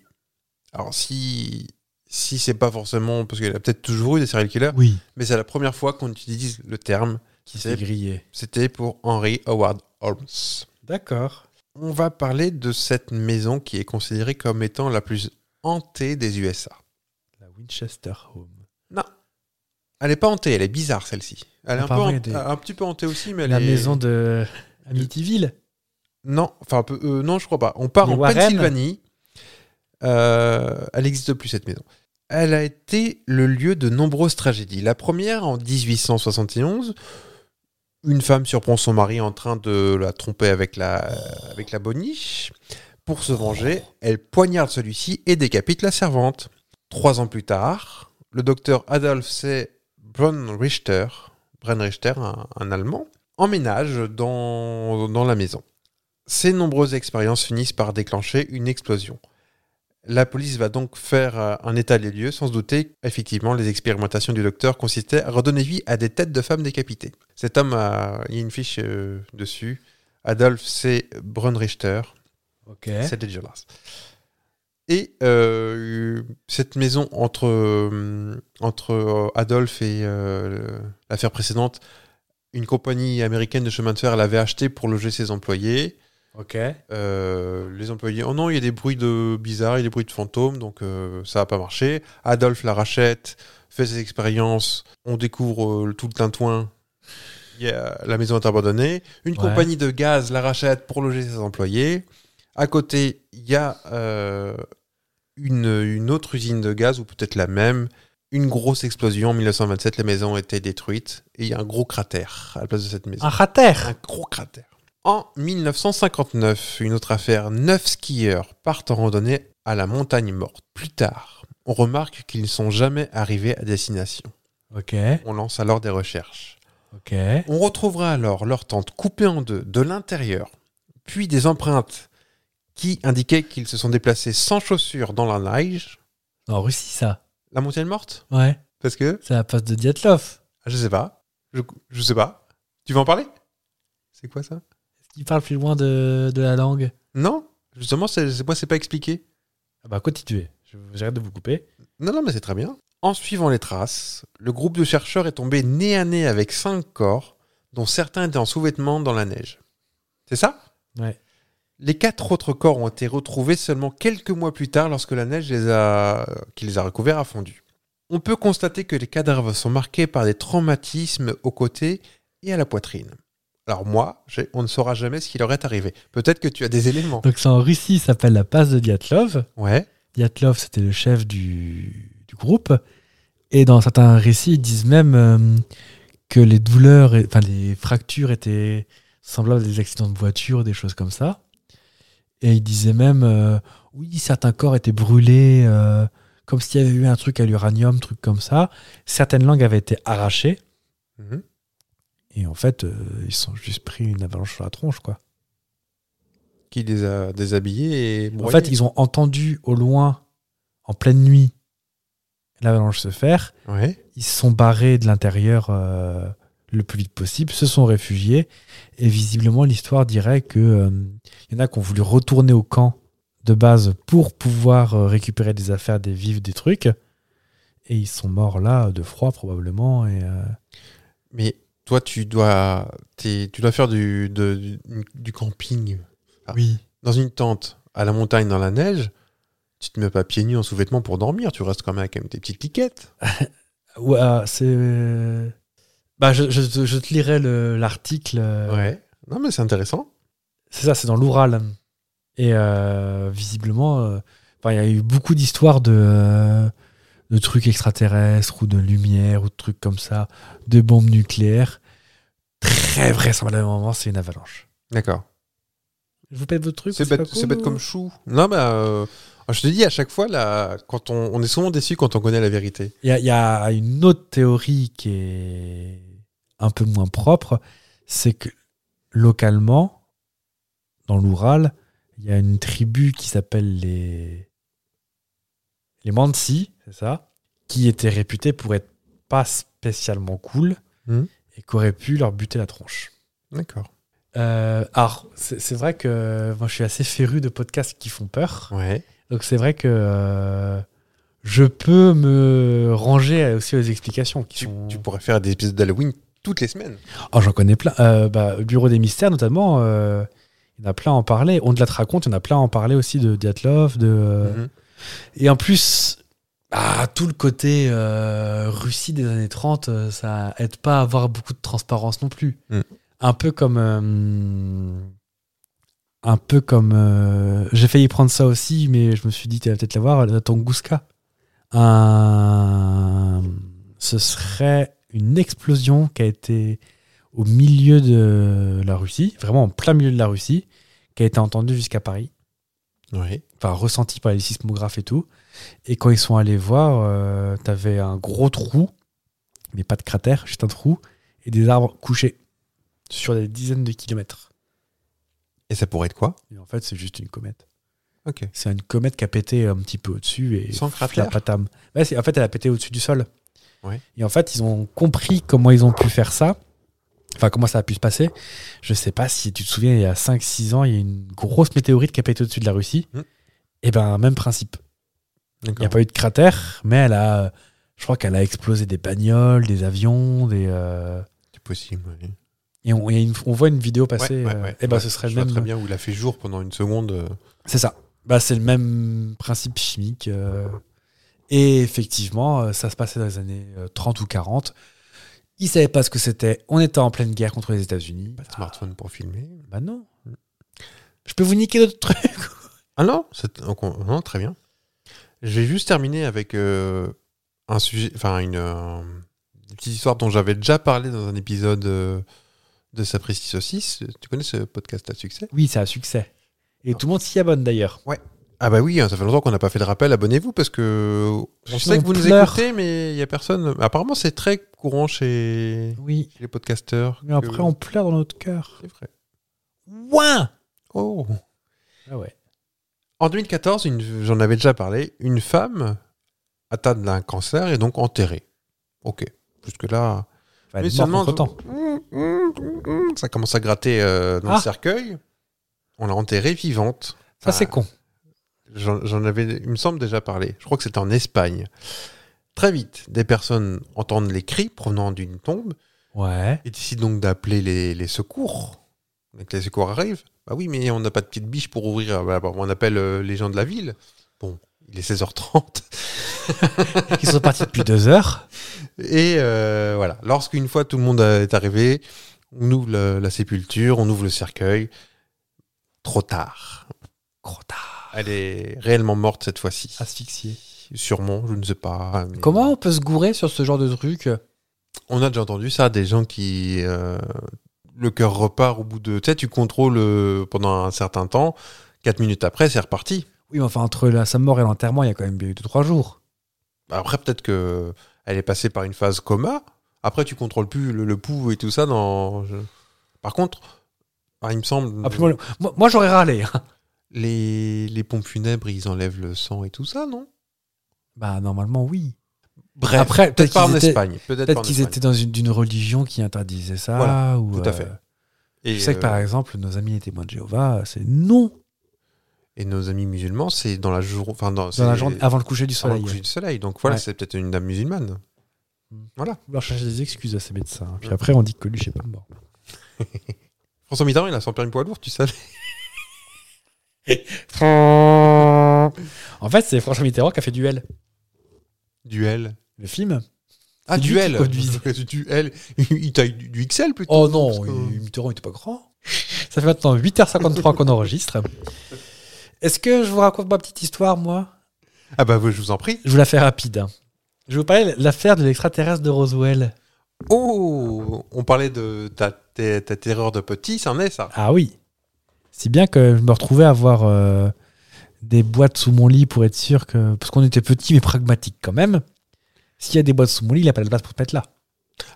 Alors si si c'est pas forcément parce qu'il y en a peut-être toujours eu des serial killers,
Oui.
mais c'est la première fois qu'on utilise le terme.
Qui s'est grillé.
C'était pour Henry Howard Holmes.
D'accord.
On va parler de cette maison qui est considérée comme étant la plus hantée des USA.
La Winchester Home.
Elle est pas hantée, elle est bizarre celle-ci. Elle est
Ah,
un, peu
pardon, il y a
hant-
des-
un petit peu hantée aussi, mais elle
La
est-
maison de Amityville.
Non, enfin un peu- euh, non, je crois pas. On part
Les
en
Warren.
Pennsylvanie. Euh, elle n'existe plus cette maison. Elle a été le lieu de nombreuses tragédies. La première en 1871, une femme surprend son mari en train de la tromper avec la avec la boniche. Pour se venger, elle poignarde celui-ci et décapite la servante. Trois ans plus tard, le docteur Adolf C. Brunrichter, Brunrichter, un, un Allemand, emménage dans, dans la maison. Ces nombreuses expériences finissent par déclencher une explosion. La police va donc faire euh, un état des lieux sans se douter. Effectivement, les expérimentations du docteur consistaient à redonner vie à des têtes de femmes décapitées. Cet homme, a, il y a une fiche euh, dessus. Adolf C. Brunrichter,
Ok.
c'est dégueulasse. Et euh, cette maison entre, euh, entre euh, Adolphe et euh, l'affaire précédente, une compagnie américaine de chemin de fer l'avait achetée pour loger ses employés.
Ok.
Euh, les employés, oh non, il y a des bruits de bizarres, il y a des bruits de fantômes, donc euh, ça n'a pas marché. Adolphe la rachète, fait ses expériences, on découvre euh, tout le tintouin, Il y a- la maison est abandonnée. Une
Ouais.
compagnie de gaz la rachète pour loger ses employés. À côté, il y a euh, une, une autre usine de gaz, ou peut-être la même. Une grosse explosion en 1927, la maison était détruite et il y a un gros cratère à la place de cette maison.
Un rater.
Un gros cratère. En 1959, une autre affaire, neuf skieurs partent en randonnée à la montagne morte. Plus tard, on remarque qu'ils ne sont jamais arrivés à destination.
Ok.
On lance alors des recherches.
Ok.
On retrouvera alors leur tente coupée en deux de l'intérieur, puis des empreintes qui indiquaient qu'ils se sont déplacés sans chaussures dans la neige.
En Russie, ça.
La montagne morte
Ouais.
Parce que ah,
C'est la passe de Dyatlov.
Je sais pas. Je, je sais pas. Tu veux en parler C'est quoi ça
Est-ce qu'il parle plus loin de, de la langue
Non Justement, c'est c'est- moi, c'est pas expliqué.
ah Bah, continuez. Je- J'arrête de vous couper.
Non, non, mais c'est très bien. En suivant les traces, le groupe de chercheurs est tombé nez à nez avec cinq corps, dont certains étaient en sous-vêtements dans la neige. C'est ça
Ouais.
Les quatre autres corps ont été retrouvés seulement quelques mois plus tard lorsque la neige les a... qui les a recouverts a fondu. On peut constater que les cadavres sont marqués par des traumatismes aux côtés et à la poitrine. Alors moi, j'ai- on ne saura jamais ce qui leur est arrivé. Peut-être que tu as des éléments.
Donc, c'est en Russie, ça s'appelle la passe de Dyatlov.
Ouais.
Dyatlov, c'était le chef du, du groupe. Et dans certains récits, ils disent même euh, que les douleurs, et- enfin les fractures étaient semblables à des accidents de voiture, des choses comme ça. Et il disait même, euh, oui, certains corps étaient brûlés, euh, comme s'il y avait eu un truc à l'uranium, truc comme ça. Certaines langues avaient été arrachées.
Mhm.
Et en fait, euh, ils se sont juste pris une avalanche sur la tronche, quoi.
Qui les a déshabillés et
En
broyés.
fait, ils ont entendu au loin, en pleine nuit, l'avalanche se faire.
Ouais.
ils se sont barrés de l'intérieur euh, le plus vite possible, se sont réfugiés. Et visiblement, l'histoire dirait que euh, il y en a qui ont voulu retourner au camp de base pour pouvoir euh, récupérer des affaires, des vivres, des trucs. Et ils sont morts là de froid probablement. Et, euh,
Mais toi, tu dois, t'es- tu dois faire du, de- du, du camping Ah.
Oui.
dans une tente, à la montagne, dans la neige. Tu te mets pas pieds nus en sous-vêtements pour dormir. Tu restes quand même avec tes petites cliquettes.
Ouais, euh, c'est. euh, Bah, je, je- je te lirai le- l'article. euh,
Ouais. Non, mais c'est intéressant.
C'est ça, c'est dans l'Oural. Et euh, visiblement, euh, enfin, il y a eu beaucoup d'histoires de, euh, de trucs extraterrestres ou de lumière ou de trucs comme ça, de bombes nucléaires. Très vraisemblablement, c'est une avalanche.
D'accord.
Je vous pète votre truc
C'est bête,
pas
c'est
cool,
bête
ou-
comme chou. Non, bah, euh, je te dis, à chaque fois, là, quand on, on est souvent déçu quand on connaît la vérité.
Il y, a- il y a une autre théorie qui est un peu moins propre, c'est que localement, dans l'Oural, il y a une tribu qui s'appelle les les Mansi, c'est ça, qui était réputée pour être pas spécialement cool
Mhm.
et qu'aurait pu leur buter la tronche.
D'accord.
Euh, alors, c'est c'est vrai que moi je suis assez féru de podcasts qui font peur.
Ouais.
Donc c'est vrai que euh, je peux me ranger à- aussi aux explications qui
Tu,
sont-
tu pourrais faire des épisodes d'Halloween toutes les semaines.
Oh, j'en connais plein. Euh, bah, Bureau des mystères notamment, euh, il y en a plein à en parler. On te la te raconte, il y en a plein à en parler aussi de Diatlov. De, euh,
Mhm.
Et en plus, ah, tout le côté euh, Russie des années 30, euh, ça aide pas à avoir beaucoup de transparence non plus.
Mhm.
Un peu comme... euh, un peu comme... euh, J'ai failli prendre ça aussi, mais je me suis dit, tu vas peut-être l'avoir, la Tunguska. Un... Ce serait une explosion qui a été au milieu de la Russie, vraiment en plein milieu de la Russie, qui a été entendue jusqu'à Paris
Ouais.
enfin ressenti par les sismographes et tout. Et quand ils sont allés voir, euh, t'avais un gros trou, mais pas de cratère, juste un trou, et des arbres couchés sur des dizaines de kilomètres.
Et ça pourrait être quoi
Et en fait, c'est juste une comète.
Ok.
C'est une comète qui a pété un petit peu au-dessus et
Sans
la
cratère
patame. Ouais, c'est- en fait, elle a pété au-dessus du sol.
Ouais.
Et en fait, ils ont compris comment ils ont pu faire ça. Enfin, comment ça a pu se passer. Je sais pas si tu te souviens, il y a 5-6 ans, il y a une grosse météorite qui a pété au-dessus de la Russie.
Hmm.
Et ben, même principe. Il n'y
D'accord.
a pas eu de cratère, mais elle a, je crois qu'elle a explosé des bagnoles, des avions, des. euh,
C'est possible. ouais.
et on, et une- on voit une vidéo passer.
Ouais, ouais,
euh,
ouais.
eh ben,
Ouais,
ce serait
je
le
vois
même.
très bien où il a fait jour pendant une seconde. euh,
C'est ça. Bah, c'est le même principe chimique. euh, et effectivement, euh, ça se passait dans les années euh, 30 ou 40. Ils savaient pas ce que c'était. On était en pleine guerre contre les États-Unis.
Pas de smartphone pour filmer.
Ah, bah non. Je peux vous niquer d'autres trucs.
Ah non, c'est- donc on- non, très bien. Je vais juste terminer avec euh, un sujet, enfin une, euh, une petite histoire dont j'avais déjà parlé dans un épisode euh, de Sapristi Saucisse. Tu connais ce podcast à succès
Oui, c'est un succès. Et tout le monde s'y abonne d'ailleurs.
Ah bah oui, hein, ça fait longtemps qu'on n'a pas fait de rappel. Abonnez-vous parce que on
Sinon,
sait que
on
vous nous
pleure.
écoutez, mais il y a personne. Apparemment, c'est très courant chez,
Oui.
chez les podcasteurs.
Mais
que-
après, on pleure dans notre cœur.
C'est vrai.
Ouin
Oh.
Ah ouais.
En 2014, une- j'en avais déjà parlé, une femme atteinte d'un cancer est donc enterrée. Ok, jusque-là.
Enfin, elle
Mais
est morte
seulement-
entre-temps.
Ça commence à gratter euh, dans
Ah.
le cercueil. On l'a enterrée vivante.
Ça, c'est
Ah.
con.
J'en j'en avais, il me semble, déjà parlé. Je crois que c'était en Espagne. Très vite, des personnes entendent les cris provenant d'une tombe
Ouais.
et décident donc d'appeler les, les secours. Donc les secours arrivent. Bah oui, mais on n'a pas de petite biche pour ouvrir. Ah bah, bah, On appelle euh, les gens de la ville. Bon, il est 16h30.
Ils sont partis depuis deux heures.
Et euh, voilà, lorsqu'une fois tout le monde euh, est arrivé, on ouvre le- la sépulture, on ouvre le cercueil. Trop tard.
Gros tard.
Elle est réellement morte cette
Ah,
fois-ci.
Asphyxiés.
Sûrement, je ne sais pas. mais-
Comment on peut se gourer sur ce genre de truc
On a déjà entendu ça, des gens qui. euh, le cœur repart au bout de. Tu sais, tu contrôles euh, pendant un certain temps, 4 minutes après, c'est reparti.
Oui, mais enfin, entre la, sa mort et l'enterrement, il y a quand même bien eu 2-3 jours.
Après, peut-être que elle est passée par une phase coma. Après, tu contrôles plus le, le pouls et tout ça. Dans... je- Par contre, ah, il me semble.
Ah, puis moi, moi- moi, j'aurais râlé. hein.
les, les pompes funèbres, ils enlèvent le sang et tout ça, non
Bah, normalement, oui.
Bref,
Après,
peut-être
peut-être
pas en
qu'ils étaient-
Espagne. Peut-être
Peut-être
pas en
qu'ils
Espagne.
étaient dans une, d'une religion qui interdisait ça.
Voilà,
ou,
tout
euh,
à fait.
Je
Et,
sais que par
euh,
exemple, nos amis les témoins de Jéhovah, c'est non
et nos amis musulmans, c'est dans la, jour... enfin, dans,
dans la
c'est
journée avant le coucher du
avant le
soleil.
coucher du soleil. Donc voilà,
Ouais.
c'est peut-être une dame musulmane.
On leur chercher des excuses à ces médecins. Puis après, on dit que Coluche est pas mort.
François Mitterrand, il a son permis poids lourd, tu savais
En fait, c'est François Mitterrand qui a fait Duel,
Duel.
le film. C'est
Ah,
lui qui
duel
conduisait.
Duel Il taille du du XL plutôt
Oh
parce
non,
que-
il- Mitterrand était pas grand. Ça fait maintenant 8h53 qu'on enregistre. Est-ce que je vous raconte ma petite histoire, moi
Ah bah, je vous en prie.
Je vous la fais rapide. hein. Je vais vous parler de l'affaire de l'extraterrestre de Roswell.
Oh On parlait de ta, ta- ta terreur de petit, c'en est ça.
Ah oui. Si bien que je me retrouvais à avoir euh, des boîtes sous mon lit pour être sûr que. Parce qu'on était petit mais pragmatique quand même. S'il y a des boîtes sous mon lit, il n'y a pas de place pour te mettre là.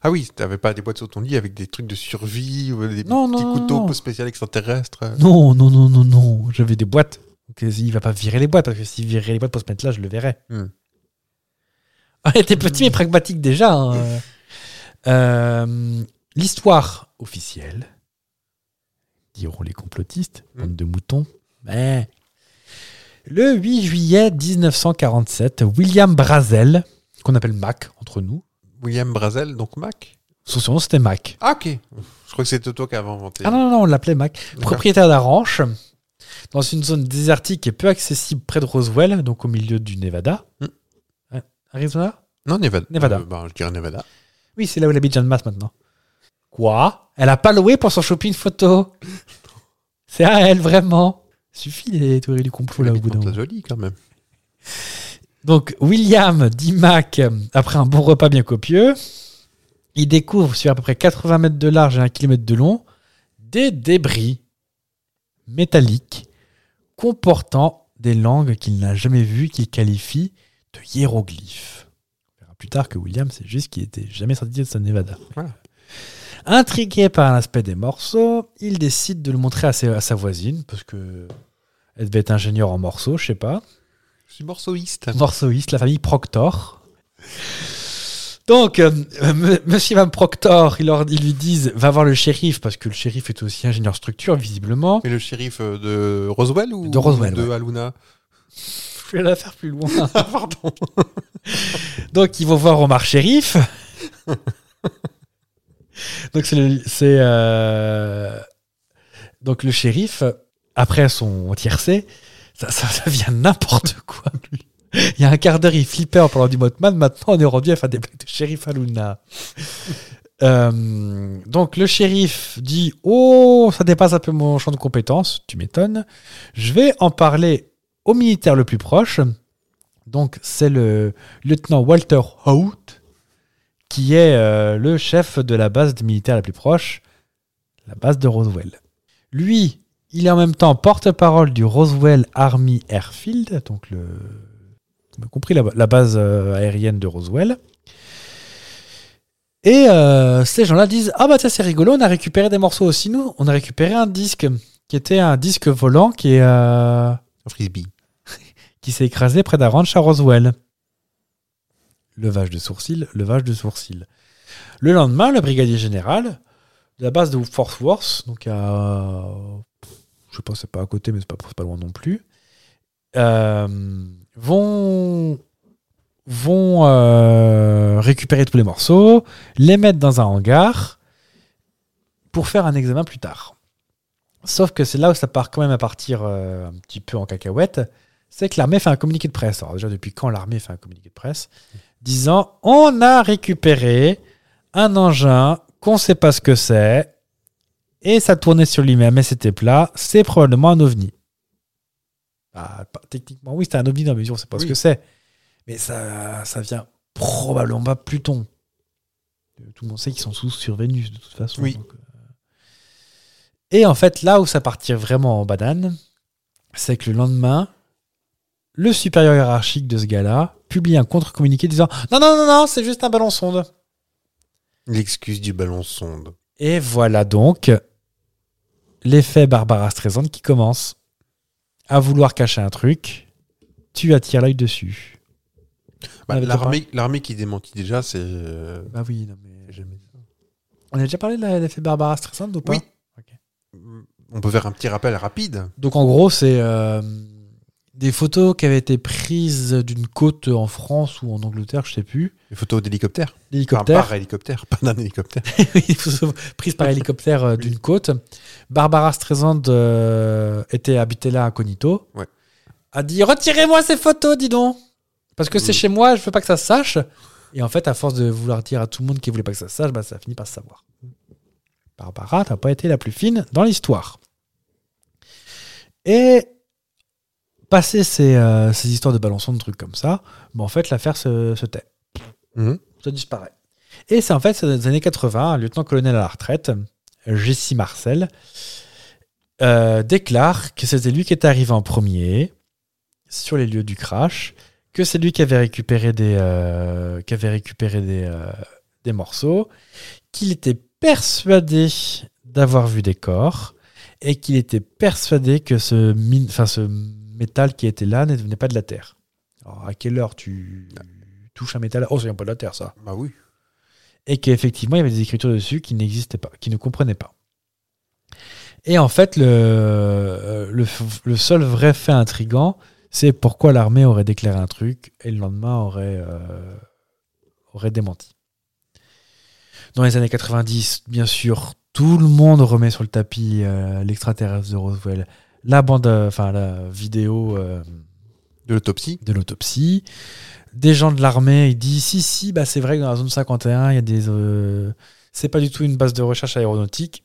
Ah oui, t'avais pas des boîtes sur ton lit avec des trucs de survie, ou des
Non,
petits
non, non,
couteaux
non.
spéciaux extraterrestres. euh.
Non, non, non, non, non. J'avais des boîtes. Donc, euh, il va pas virer les boîtes parce que s'il virait les boîtes pour se mettre là, je le verrais.
Hmm.
On était petit mais pragmatique déjà. hein. Euh, euh, L'histoire officielle, diront les complotistes,
Hmm.
bande de moutons. Mais le 8 juillet 1947, William Brazel, qu'on appelle Mac entre nous,
William Brazel, donc Mac
son surnom c'était Mac.
Ah ok, je crois que c'était toi qui avais inventé.
Ah non, non, non, on l'appelait Mac.
D'accord.
Propriétaire d'un ranch dans une zone désertique et peu accessible près de Roswell, donc au milieu du Nevada.
Hmm.
Ouais. Arizona
Non, Nevada.
Nevada.
Euh, bah, je dirais Nevada.
Oui, c'est là où elle habite Jeanne Masse maintenant. Quoi Elle a pas loué pour s'en choper une photo C'est à elle, vraiment Suffit les théories du complot là au bout d'un moment.
joli quand même.
Donc, William dit Mac, euh, après un bon repas bien copieux, il découvre sur à peu près 80 mètres de large et 1 km de long des débris métalliques comportant des langues qu'il n'a jamais vues, qu'il qualifie de hiéroglyphes. On verra plus tard que William, c'est juste qu'il était jamais sorti de son Nevada.
Voilà.
Intrigué par l'aspect des morceaux, il décide de le montrer à, ses- à sa voisine, parce que elle devait être ingénieure en morceaux, je sais pas
Je suis morceauiste.
morceauiste, la famille Proctor. Donc, euh, m- monsieur et madame Proctor, ils, leur- ils lui disent va voir le shérif, parce que le shérif est aussi ingénieur structure, visiblement.
Mais le shérif euh, de Roswell ou
De Roswell,
de
ouais.
Aluna
Je vais la faire plus loin.
Ah pardon.
Donc, ils vont voir Omar Shérif. Donc, c'est le, c'est, euh, Donc, le shérif, après son tiercé, ça, ça, ça vient de n'importe quoi, lui. Il y a un quart d'heure, il flippait en parlant du Motman. Maintenant, on est rendu à faire des blagues de shérif Aluna. Euh, donc, le shérif dit Oh, ça dépasse un peu mon champ de compétences. Tu m'étonnes. Je vais en parler au militaire le plus proche. Donc, c'est le, lieutenant Walter Hout, qui est euh, le chef de la base militaire la plus proche, la base de Roswell. Lui, il est en même temps porte-parole du Roswell Army Airfield, donc le, vous m'avez compris la, la base euh, aérienne de Roswell. Et euh, ces gens-là disent ah bah tiens c'est rigolo, on a récupéré des morceaux aussi nous, on a récupéré un disque qui était un disque volant qui est euh,
Frisbee.
qui s'est écrasé près d'un ranch à Roswell. Levage de sourcils, levage de sourcils. Le lendemain, le brigadier général de la base de Fort Worth, donc à. Je sais pas, c'est pas à côté, mais c'est pas, c'est pas loin non plus, euh, vont, vont euh, récupérer tous les morceaux, les mettre dans un hangar pour faire un examen plus tard. Sauf que c'est là où ça part quand même à partir euh, un petit peu en cacahuète c'est que l'armée fait un communiqué de presse. Alors déjà, depuis quand l'armée fait un communiqué de presse Disant, on a récupéré un engin qu'on ne sait pas ce que c'est, et ça tournait sur lui-même, et c'était plat, c'est probablement un ovni. Ah, pas- techniquement, oui, c'était un ovni dans la mesure où on ne sait pas ce
Oui.
que c'est. Mais ça, ça vient probablement pas de Pluton. tout le monde sait qu'ils sont tous sur Vénus de toute façon.
Oui.
donc, euh. Et en fait, là où ça partit vraiment en banane, c'est que le lendemain, le supérieur hiérarchique de ce gars-là publie un contre-communiqué disant Non, non, non, non, c'est juste un ballon sonde.
L'excuse du ballon sonde.
Et voilà donc l'effet Barbara Streisand qui commence. À vouloir cacher un truc, tu attires l'œil dessus.
Bah,
On avait déjà
l'armée, l'armée qui démentit déjà, c'est. euh,
Bah oui, non mais.
jamais-
On a déjà parlé de la- l'effet Barbara Streisand ou pas
Oui.
Ok.
On peut faire un petit rappel rapide.
Donc en gros, c'est euh, des photos qui avaient été prises d'une côte en France ou en Angleterre, je sais plus.
Les photos d'hélicoptère. Enfin,
L'hélicoptère.
par hélicoptère, pas d'un hélicoptère.
Oui, des photos prises par hélicoptère euh, d'une côte. Barbara Streisand euh, était habitée là incognito.
Ouais.
A dit Retirez-moi ces photos, dis donc Parce que c'est
Oui.
chez moi, je veux pas que ça se sache. Et en fait, à force de vouloir dire à tout le monde qu'il voulait pas que ça se sache, bah, ça finit par se savoir. Barbara, t'as pas été la plus fine dans l'histoire. Et passer ces, euh, ces histoires de balançons, de trucs comme ça, bah, en fait, l'affaire se, se tait
Mhm.
ça disparaît. Et c'est en fait, c'est dans les années 80, un lieutenant-colonel à la retraite, Jessie Marcel, euh, déclare que c'était lui qui était arrivé en premier sur les lieux du crash, que c'est lui qui avait récupéré des, euh, qui avait récupéré des, euh, des morceaux, qu'il était persuadé d'avoir vu des corps et qu'il était persuadé que ce, mine, enfin, ce métal qui était là ne venait pas de la Terre. Alors, à quelle heure tu touches un métal Oh, ça vient pas de la Terre, ça
Bah oui.
et qu'effectivement, il y avait des écritures dessus qui n'existaient pas, qui ne comprenaient pas. Et en fait, le, euh, le, f- le seul vrai fait intrigant, c'est pourquoi l'armée aurait déclaré un truc et le lendemain aurait, euh, aurait démenti. Dans les années 90, bien sûr, tout le monde remet sur le tapis euh, l'extraterrestre de Roswell, la bande, euh, enfin la vidéo. euh,
De l'autopsie.
de l'autopsie. Des gens de l'armée, ils disent si, si, bah, c'est vrai que dans la zone 51, il y a des. euh, c'est pas du tout une base de recherche aéronautique.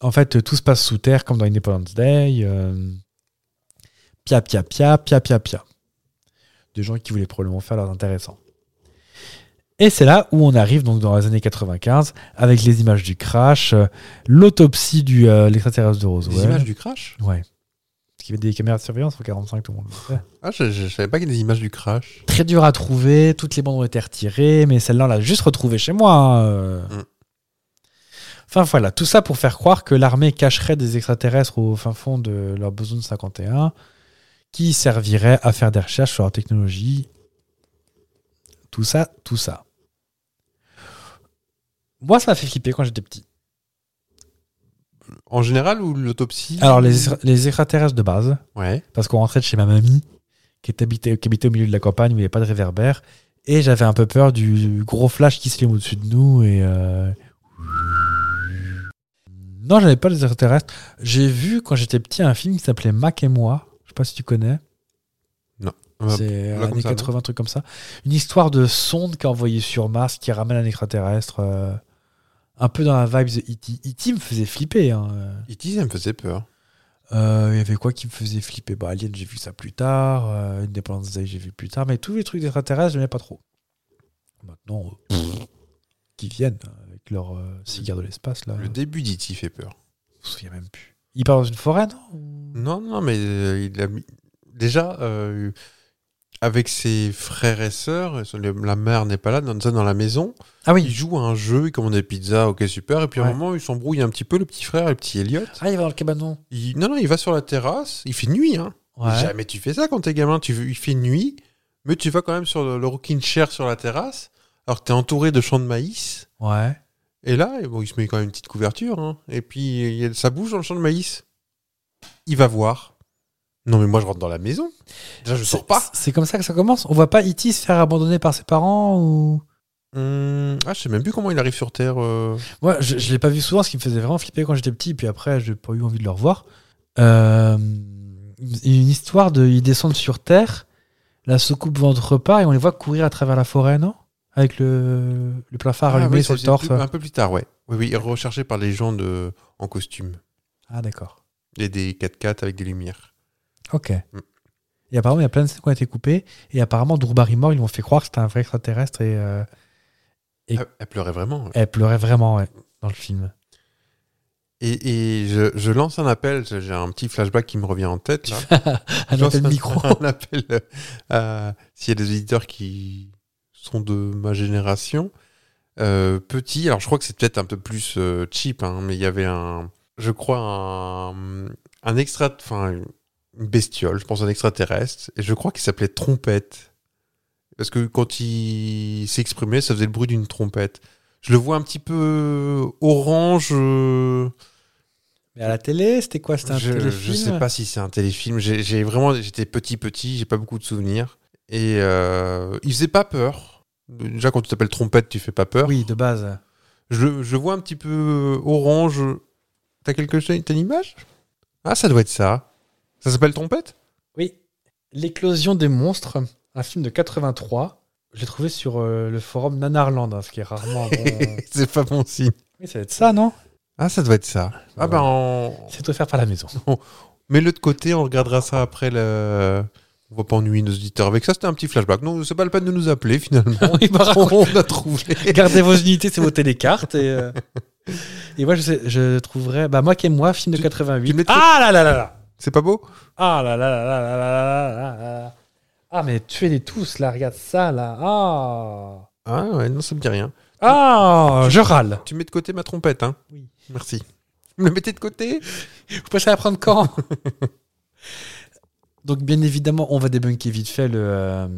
En fait, euh, tout se passe sous terre, comme dans Independence Day. euh, pia, pia, pia, pia, pia, pia. Des gens qui voulaient probablement faire leurs intéressants. Et c'est là où on arrive donc dans les années 95 avec les images du crash, euh, l'autopsie du euh, l'extraterrestre de
Des
Roswell.
images du crash
Ouais. Parce qu'il y avait des caméras de surveillance en 45, tout le monde. le sait.
Ah, je, je- je savais pas qu'il y avait des images du crash.
très dur à trouver, toutes les bandes ont été retirées, mais celle-là, on l'a juste retrouvée chez moi. hein, euh.
Mm.
Enfin voilà, tout ça pour faire croire que l'armée cacherait des extraterrestres au fin fond de leur zone 51, qui serviraient à faire des recherches sur leur technologie. Tout ça, tout ça. Moi, ça m'a fait flipper quand j'étais petit.
En général ou l'autopsie
Alors, les, extra- les extraterrestres de base,
Ouais.
parce qu'on rentrait de chez ma mamie, qui, est habitée- qui habitait au milieu de la campagne où il n'y avait pas de réverbère. Et j'avais un peu peur du gros flash qui se lève au-dessus de nous. Et euh, Non, j'avais pas les extraterrestres. J'ai vu quand j'étais petit un film qui s'appelait Mac et moi. Je sais pas si tu connais.
Euh,
C'est
là, comme
années
ça, non
80, truc comme ça. Une histoire de sonde qui est envoyée sur Mars qui ramène un extraterrestre. euh, Un peu dans la vibe de E E.T. E.T. me faisait flipper. hein.
E.T., ça me faisait peur.
Euh, Il y avait quoi qui me faisait flipper bah, Alien, j'ai vu ça plus tard. euh, Independence Day, j'ai vu plus tard. Mais tous les trucs d'extraterrestres, je n'aimais pas trop. Maintenant, euh, pff, qui viennent avec leur euh, cigare de l'espace, là.
Le début d'E.T. fait peur.
Je me souviens même plus. Il part dans une forêt, non
Non, non, mais euh, il a mis- Déjà, euh, avec ses frères et sœurs, son- le- la mère n'est pas là, dans, ça, dans la maison,
Ah
il joue à un jeu, il commande des pizzas, ok, super, et puis à
Ouais.
un moment, il s'embrouille un petit peu, le petit frère et le petit Elliot.
Ah, il va dans le cabanon.
Il- Non, non, il va sur la terrasse, il fait nuit, hein.
Ouais.
Jamais tu fais ça quand t'es gamin. Tu, il fait nuit, mais tu vas quand même sur le, le rocking chair sur la terrasse, alors que t'es entouré de champs de maïs.
Ouais.
Et là, et bon, il se met quand même une petite couverture, hein. et puis il y a- ça bouge dans le champ de maïs. Il va voir. Non, mais moi je rentre dans la maison. Déjà, je sors pas.
C'est- C'est comme ça que ça commence. On voit pas E.T. se faire abandonner par ses parents ou.
Hum, ah, je sais même plus comment il arrive sur Terre. euh.
Moi, je, je l'ai pas vu souvent, ce qui me faisait vraiment flipper quand j'étais petit. Puis après, j'ai pas eu envie de le revoir. Euh, une histoire de, ils descendent sur Terre, la soucoupe ventre repart et on les voit courir à travers la forêt, non Avec le, le plafard
Ah,
allumé
oui,
sur le
c'est
torse.
plus- un peu plus tard, ouais. Oui, oui, recherché par les gens de, en costume
Ah d'accord.
et des 4x4 avec des lumières.
Ok.
Mm.
Et apparemment, il y a plein de scènes qui ont été coupées. Et apparemment, Drew Barrymore, ils m'ont fait croire que c'était un vrai extraterrestre et, euh, Et-
Elle, elle pleurait vraiment.
Elle pleurait vraiment, ouais, dans le film.
Et, et je, je lance un appel, j'ai un petit flashback qui me revient en tête. Là.
Un
Je lance
appel micro.
Un appel euh, à- s'il y a des éditeurs qui sont de ma génération. euh, petit, alors je crois que c'est peut-être un peu plus euh, cheap, hein, mais il y avait un, je crois, un, un extra, enfin, une bestiole, je pense un extraterrestre, et je crois qu'il s'appelait Trompette. Parce que quand il s'exprimait, ça faisait le bruit d'une trompette. Je le vois un petit peu orange. euh,
Mais à la télé, c'était quoi C'était un
je,
téléfilm
je sais pas si c'est un téléfilm. J'ai j'ai vraiment, j'étais petit petit, j'ai pas beaucoup de souvenirs. Et euh, il faisait pas peur. Déjà quand tu t'appelles trompette, tu fais pas peur.
Oui, de base.
Je, je vois un petit peu orange. T'as quelque chose, t'as une image Ah, ça doit être ça. Ça s'appelle trompette
Oui. L'éclosion des monstres, un film de 83. Je l'ai trouvé sur euh, le forum Nanarland, hein, ce qui est rarement bon.
C'est pas bon signe.
Oui, ça va être ça, non
Ah, ça doit être ça. Ah ben, on...
C'est offert par la maison.
mets-le de côté, on regardera ça après le. On va pas ennuyer nos auditeurs avec ça. C'était un petit flashback. Non, c'est pas la peine de nous appeler finalement.
oui, bah, raconte-
on a trouvé.
Gardez vos unités, c'est vos télécartes. Et, euh, et moi, je, sais- je trouverais. Bah, moi qui aime moi, film de
Tu-
88.
tu mets-
ah là là là là
C'est pas beau
Ah là là là là là là là là là là. Ah, mais tuez-les tous, là, regarde ça, là. Ah
Ah ouais, non, ça me dit rien.
Ah Je râle.
Tu mets de côté ma trompette, hein
Oui.
Merci. Vous me la mettez de côté
Vous pensez à la prendre quand Donc, bien évidemment, on va débunker vite fait le, euh,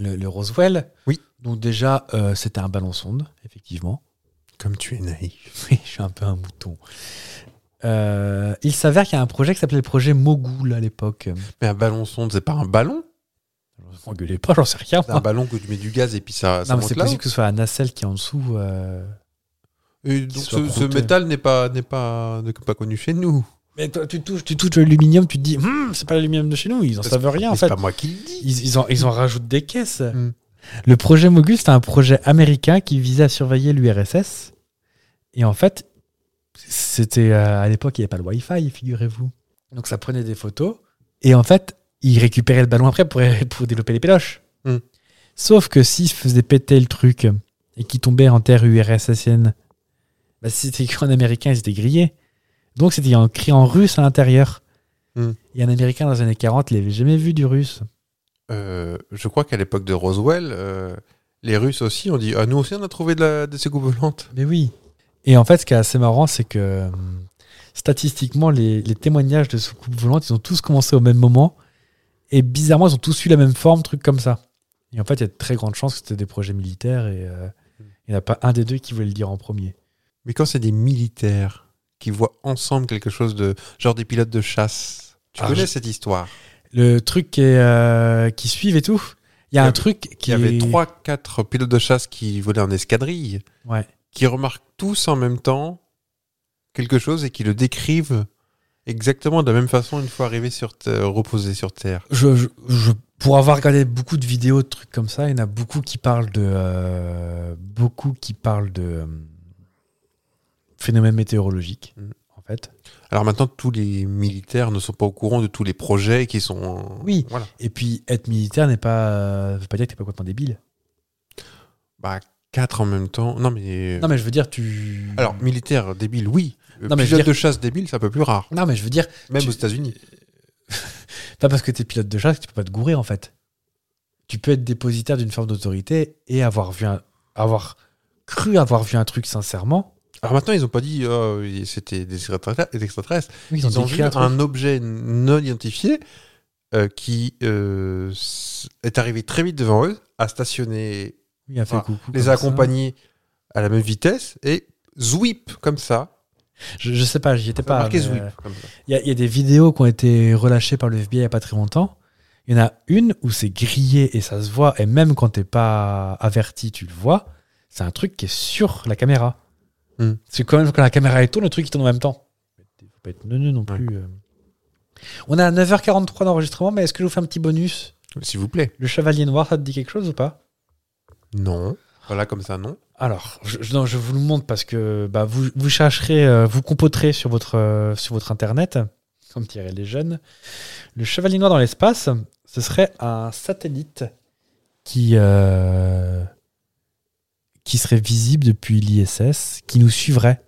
le, le Roswell.
Oui.
Donc, déjà, euh, c'était un ballon sonde, effectivement.
Comme tu es naïf.
Oui, je suis un peu un mouton. Euh, il s'avère qu'il y a un projet qui s'appelait le projet Mogul à l'époque.
Mais un ballon sonde, c'est pas un ballon
Engueulez pas, j'en sais rien.
C'est
moi.
un ballon que tu mets du gaz et puis ça, ça
Ah. Non, mais
monte
c'est
là
possible que ce soit un nacelle qui est en dessous. euh.
Et donc
soit
ce, ce
croûté.
métal n'est pas, n'est pas, n'est pas connu chez nous.
Mais toi, tu touches, tu touches l'aluminium, tu te dis, Hum, c'est pas l'aluminium de chez nous, ils en
Parce-
savent rien en
Mais c'est
fait.
pas moi qui le dis.
Ils, ils en, ils en rajoutent des caisses.
Hmm.
Le projet Mogul, c'était un projet américain qui visait à surveiller l'URSS. Et en fait, c'était euh, à l'époque, il n'y avait pas le Wi-Fi, figurez-vous. Donc ça prenait des photos. Et en fait, ils récupéraient le ballon après pour, pour développer les péloches.
Hmm.
Sauf que s'ils se faisaient péter le truc et qu'ils tombaient en terre URSSienne, bah, si c'était écrit en américain, ils étaient grillés. Donc c'était écrit en russe à l'intérieur.
Hmm.
Et un américain dans les années 40, il n'avait jamais vu du russe.
Euh, je crois qu'à l'époque de Roswell, euh, les Russes aussi ont dit Ah, nous aussi on a trouvé de, la, de ces goûts volantes.
Mais oui. Et en fait, ce qui est assez marrant, c'est que euh, statistiquement, les, les témoignages de soucoupes volantes, ils ont tous commencé au même moment. Et bizarrement, ils ont tous eu la même forme, truc comme ça. Et en fait, il y a de très grandes chances que c'était des projets militaires et euh,
Hmm.
il n'y en a pas un des deux qui voulait le dire en premier.
Mais quand c'est des militaires qui voient ensemble quelque chose de. genre des pilotes de chasse. Tu
Ah,
connais
je-
cette histoire
Le truc qui, est, euh, qui suivent et tout, il y a
Il y
un
avait-
truc qui
Il y avait
est-
3-4 pilotes de chasse qui volaient en escadrille.
Ouais.
qui remarquent tous en même temps quelque chose et qui le décrivent exactement de la même façon une fois arrivés sur te- reposés sur Terre.
Je, je- je- pour avoir regardé beaucoup de vidéos de trucs comme ça, il y en a beaucoup qui parlent de euh, beaucoup qui parlent de euh, phénomènes météorologiques
Mhm.
en fait.
Alors maintenant, tous les militaires ne sont pas au courant de tous les projets qui sont.
Oui.
Voilà.
Et puis être militaire n'est pas euh, veut pas dire que t'es pas complètement débile.
Bah, quatre en même temps. Non, mais.
Non mais je veux dire tu
Alors, militaire débile, oui.
Non, mais je veux
Pilote
dire-
de chasse débile, c'est un peu plus rare.
non mais je veux dire
Même
Tu-
aux États-Unis.
pas parce que t'es pilote de chasse que tu peux pas te gourer en fait. Tu peux être dépositaire d'une forme d'autorité et avoir vu un, avoir cru avoir vu un truc sincèrement.
Alors maintenant, ils n'ont pas dit euh, c'était des extraterrestres. des extraterrestres.
Oui,
Ils ont
décrit
vu
un truc.
un objet non identifié euh, qui euh, s- est arrivé très vite devant eux, a stationné
Oui, il a fait
Voilà.
coucou
Ah,
comme
les a
ça.
accompagnés à la même vitesse et zwip comme ça.
Je, je sais pas, j'y étais pas.
marqué
mais,
zwip.
euh,
comme ça.
Il y, a- il y a des vidéos qui ont été relâchées par le FBI il n'y a pas très longtemps. Il y en a une où c'est grillé et ça se voit, et même quand t'es pas averti, tu le vois. C'est un truc qui est sur la caméra.
Hmm.
C'est quand même quand la caméra elle tourne, le truc il tourne en même temps. Faut pas être neuneux non plus. euh. On est à 9h43 d'enregistrement, mais est-ce que je vous fais un petit bonus
S'il vous plaît.
Le Chevalier Noir, ça te dit quelque chose ou pas
Non. Voilà comme ça, non.
Alors, je, je- non, je vous le montre parce que bah, vous, vous chercherez, euh, vous compoterez sur votre, euh, sur votre internet, comme diraient les jeunes. Le Chevalier Noir dans l'espace, ce serait un satellite qui, euh, qui serait visible depuis l'ISS, qui nous suivrait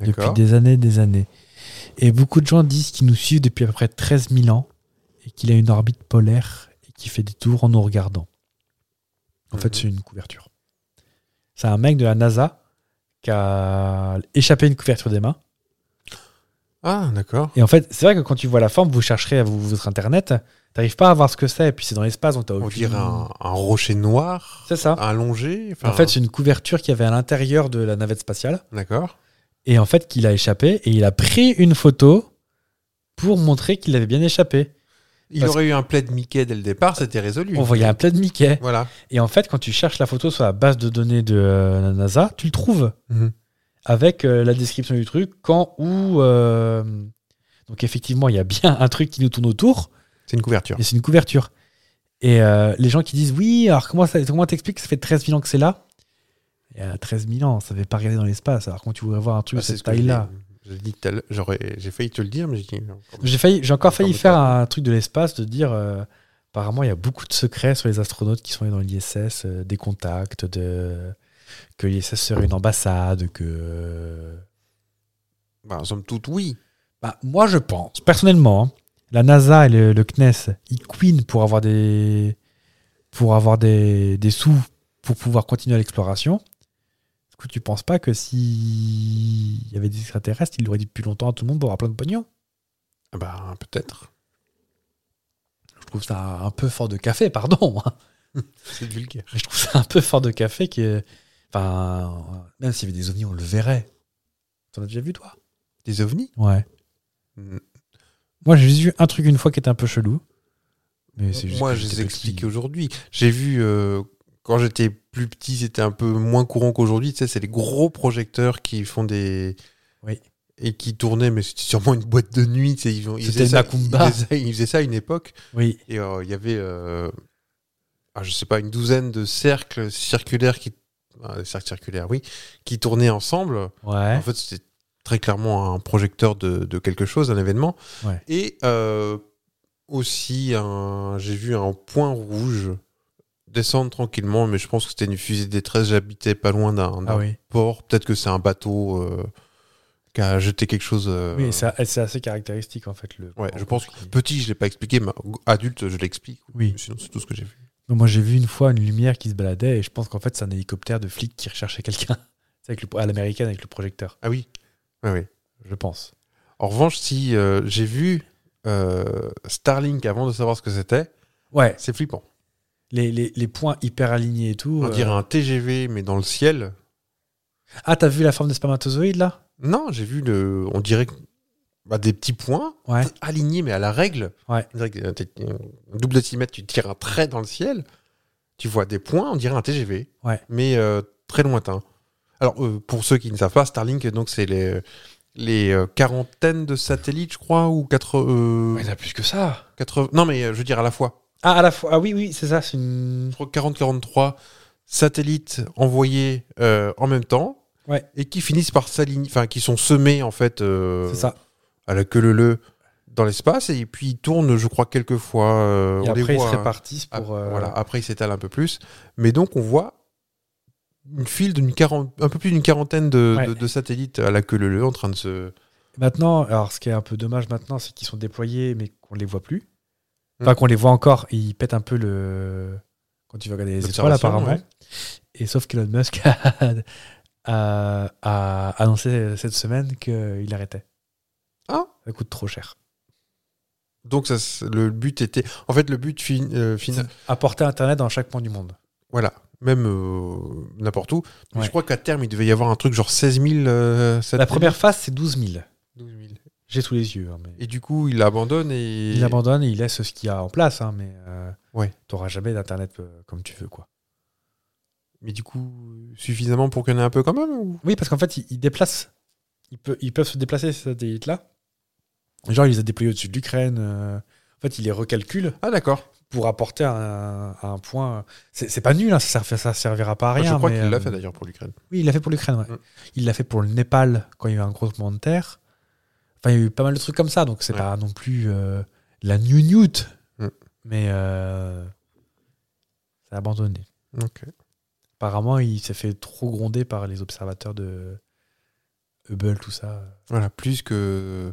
depuis
D'accord.
des années et des années. Et beaucoup de gens disent qu'ils nous suivent depuis à peu près 13 000 ans et qu'il a une orbite polaire et qui fait des tours en nous regardant. En
Mhm.
fait, c'est une couverture. C'est un mec de la NASA qui a échappé une couverture des mains.
Ah, d'accord.
Et en fait, c'est vrai que quand tu vois la forme, vous chercherez à vous- votre internet, t'arrives pas à voir ce que c'est. Et puis c'est dans l'espace, donc t'as
On
aucune-
dirait un, un rocher noir,
C'est ça.
allongé. enfin,
En fait, c'est une couverture qu'il y avait à l'intérieur de la navette spatiale.
d'accord.
Et en fait, qu'il a échappé et il a pris une photo pour montrer qu'il avait bien échappé.
Il
Parce Ah,
aurait eu un plaid Mickey dès le départ, c'était résolu.
On voyait un plat de Mickey.
Voilà.
Et en fait, quand tu cherches la photo sur la base de données de euh, la NASA, tu le trouves
Mhm.
avec euh, la description du truc, quand, où. euh, Donc effectivement, il y a bien un truc qui nous tourne autour.
C'est une couverture.
Et c'est une couverture. Et euh, les gens qui disent oui, alors comment ça- comment t'expliques que ça fait 13 000 ans que c'est là Et à 13 000 ans, ça ne fait pas regarder dans l'espace. Alors quand tu voudrais voir un truc
Ah,
de
c'est
cette
ce que je
taille-là.
l'ai- je l'ai dit tout à l'heure. J'aurais- J'ai failli te le dire, mais j'ai dit.
J'ai failli, j'ai encore
Je
failli
ferme
faire
pas.
un truc de l'espace, de dire euh, apparemment il y a beaucoup de secrets sur les astronautes qui sont allés dans l'ISS, euh, des contacts, de que l'ISS serait une ambassade, que.
Bah, somme toute, oui.
Bah, moi, je pense, personnellement, hein, la NASA et le, le CNES, ils queen pour avoir des, pour avoir des, des sous pour pouvoir continuer l'exploration. Est-ce que tu penses pas que si il y avait des extraterrestres, ils l'auraient dit depuis longtemps à tout le monde pour avoir plein de pognon
Ah Bah, peut-être.
Je trouve ça un peu fort de café, pardon. hein.
C'est vulgaire.
Mais Je trouve ça un peu fort de café que. Enfin, même s'il y avait des ovnis, on le verrait. T'en as déjà vu, toi
Des ovnis
Ouais.
Mm.
Moi, j'ai juste vu un truc une fois qui était un peu chelou. Mais c'est juste
Moi,
que
je les
j'étais petit.
explique aujourd'hui. J'ai vu, euh, quand j'étais plus petit, c'était un peu moins courant qu'aujourd'hui. Tu sais, c'est les gros projecteurs qui font des.
Oui.
Et qui tournaient, mais c'était sûrement une boîte de nuit. tu sais, Ils, ils,
C'était
faisaient ça, ils,
Macumba.
faisaient ça- ils faisaient ça à une époque.
Oui.
Et euh, il y avait, euh, ah, je sais pas, une douzaine de cercles circulaires qui. ah, des cercles circulaires, oui. Qui tournaient ensemble.
Ouais.
En fait, c'était très clairement un projecteur de, de quelque chose, un événement.
Ouais.
Et euh, aussi, un- j'ai vu un point rouge descendre tranquillement, mais je pense que c'était une fusée de détresse. J'habitais pas loin d'un d'un
Ah oui.
port. Peut-être que c'est un bateau euh, qui a jeté quelque chose. euh,
Oui, c'est c'est assez caractéristique en fait. Le
ouais, je pense que petit, je l'ai pas expliqué, mais adulte, je l'explique.
Oui.
Sinon, c'est tout ce que j'ai vu.
Non, moi j'ai vu une fois une lumière qui se baladait et je pense qu'en fait c'est un hélicoptère de flic qui recherchait quelqu'un. C'est avec le à l'américaine avec le projecteur,
Ah oui. Ouais, oui.
je pense.
En revanche, si euh, j'ai vu euh, Starlink avant de savoir ce que c'était,
Ouais.
c'est flippant.
Les, les, les points hyper alignés et tout.
On
euh.
dirait un TGV, mais dans le ciel.
Ah, t'as vu la forme de spermatozoïde là
Non, j'ai vu le. On dirait que- bah, des petits points
Ouais.
alignés, mais à la règle.
Ouais.
On dirait que, euh, t'es- euh, double décimètre, tu tires un trait dans le ciel. Tu vois des points, on dirait un TGV.
Ouais.
Mais euh, très lointain. Alors, euh, pour ceux qui ne savent pas, Starlink, donc, c'est les, les euh, quarantaines de satellites, je crois, ou 80.
a plus que ça.
Non, mais euh, je veux dire à la fois.
Ah, à la fois. Ah oui, oui, c'est ça. C'est une.
Je crois que 40-43 satellites envoyés euh, en même temps.
Ouais.
Et qui finissent par s'aligner, enfin, qui sont semés, en fait. euh,
C'est ça.
à la queue leu leu dans l'espace et puis ils tournent je crois quelques fois euh,
Et
on les
après ils se
voit, hein.
répartissent
Ap-
pour. euh,
voilà après ils s'étalent un peu plus mais donc on voit une file d'une quaran- un peu plus d'une quarantaine de,
Ouais.
de- de satellites à la queue leu leu en train de se
Maintenant, alors ce qui est un peu dommage maintenant, c'est qu'ils sont déployés mais qu'on les voit plus.
Hmm.
Enfin, qu'on les voit encore. Ils pètent un peu le. Quand tu vas regarder les étoiles,
L'observation,
apparemment.
ouais.
Et sauf qu'Elon Musk a, a- a annoncé cette semaine qu'il arrêtait.
Ah.
Ça coûte trop cher.
donc ça c'est- le but était en fait le but fin- euh, final
Apporter Internet dans chaque point du monde.
voilà même euh, n'importe où Mais
Ouais.
je crois qu'à terme il devait y avoir un truc genre 16 000 euh,
La
satellites.
première phase, c'est 12 000.
12 000.
J'ai sous les yeux. hein, mais-
et du coup il abandonne et
Il abandonne et il laisse ce qu'il y a en place. hein, mais euh,
Ouais.
t'auras jamais d'Internet euh, comme tu veux. quoi.
mais du coup suffisamment pour qu'il y en ait un peu quand même ou-
Oui, parce qu'en fait, ils, ils déplacent. Ils, peu- ils peuvent se déplacer, ces satellites-là. Genre, ils les a déployés au-dessus de l'Ukraine. euh, en fait, ils les recalculent
ah d'accord
pour apporter un, un point. C'est c'est pas nul, hein, ça, serv- ça servira pas à rien.
Ah, je crois
mais,
qu'il l'a
euh,
fait d'ailleurs pour l'Ukraine
Oui, il l'a fait pour l'Ukraine, ouais.
Mm.
Il l'a fait pour le Népal quand il y a eu un gros moment de terre. Enfin, il y a eu pas mal de trucs comme ça, donc c'est
Ouais.
pas non plus euh, la new newt.
Mm.
Mais euh, c'est abandonné.
Ok.
Apparemment, il s'est fait trop gronder par les observateurs de Hubble, tout ça.
Voilà, plus que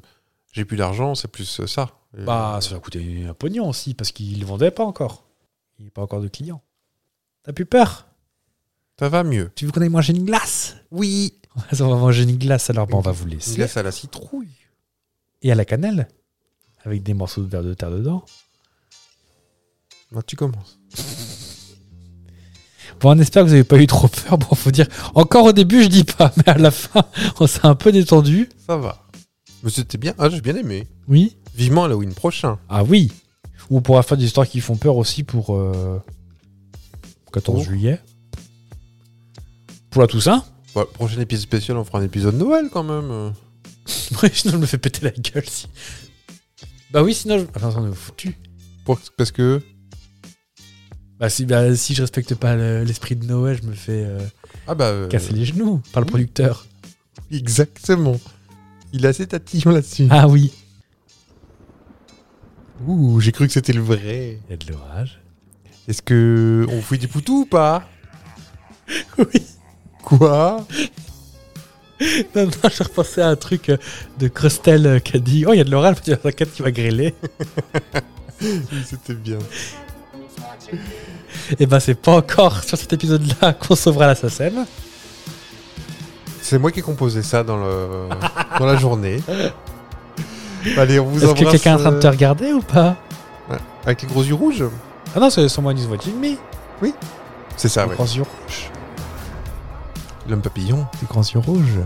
j'ai plus d'argent, c'est plus ça. Et,
Bah,
euh,
ça a coûté un pognon aussi, parce qu'il ne vendait pas encore. Il n'y a pas encore de clients. T'as plus peur
ça va mieux.
Tu veux qu'on aille manger une glace
Oui.
On va manger une glace, alors bon, on va vous
Une
laisser.
glace à la citrouille.
Et à la cannelle, avec des morceaux de verre de terre dedans.
Bah, tu commences.
Bon, on espère que vous n'avez pas eu trop peur. Bon, faut dire, encore au début, je dis pas, mais à la fin, on s'est un peu détendu.
Ça va. Mais c'était bien. Ah, j'ai bien aimé.
Oui
Vivement Halloween prochain.
Ah oui Ou on pourra faire des histoires qui font peur aussi pour euh, 14
Oh.
juillet. Pour la Toussaint
Bah, prochain épisode spécial, on fera un épisode Noël quand même. euh.
Ouais, sinon je me fais péter la gueule si. Bah oui, sinon je. Attends, on est foutu.
Pour- Parce que.
Bah si, bah, si je respecte pas le- l'esprit de Noël, je me fais euh, Mmh.
Ah bah. euh,
casser les genoux par le
oui.
producteur.
Exactement. Il a assez tatillon là-dessus.
Ah oui.
Ouh, j'ai cru que c'était le vrai.
Il y a de l'orage.
Est-ce que on fouille des poutous ou pas
Oui.
Quoi
Non, non, je repensais à un truc euh, de Crustel euh, qui a dit Oh, il y a de l'orage, il y a un cat qui va grêler.
Oui, C'était bien.
Et bah, c'est pas encore sur cet épisode-là qu'on sauvera l'assassin.
C'est moi qui ai composé ça dans, le... dans la journée. Allez, on vous
Est-ce
embrasse.
que quelqu'un est en train de te
euh,
regarder ou pas
Avec les gros yeux rouges
Ah non, c'est Someone is watching me.
C'est ça,
les
ouais.
grands yeux rouges.
L'homme papillon.
Les grands yeux rouges.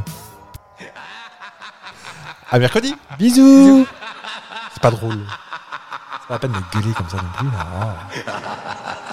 À mercredi
Bisous
C'est pas drôle.
C'est pas la peine de gueuler comme ça non plus. Là.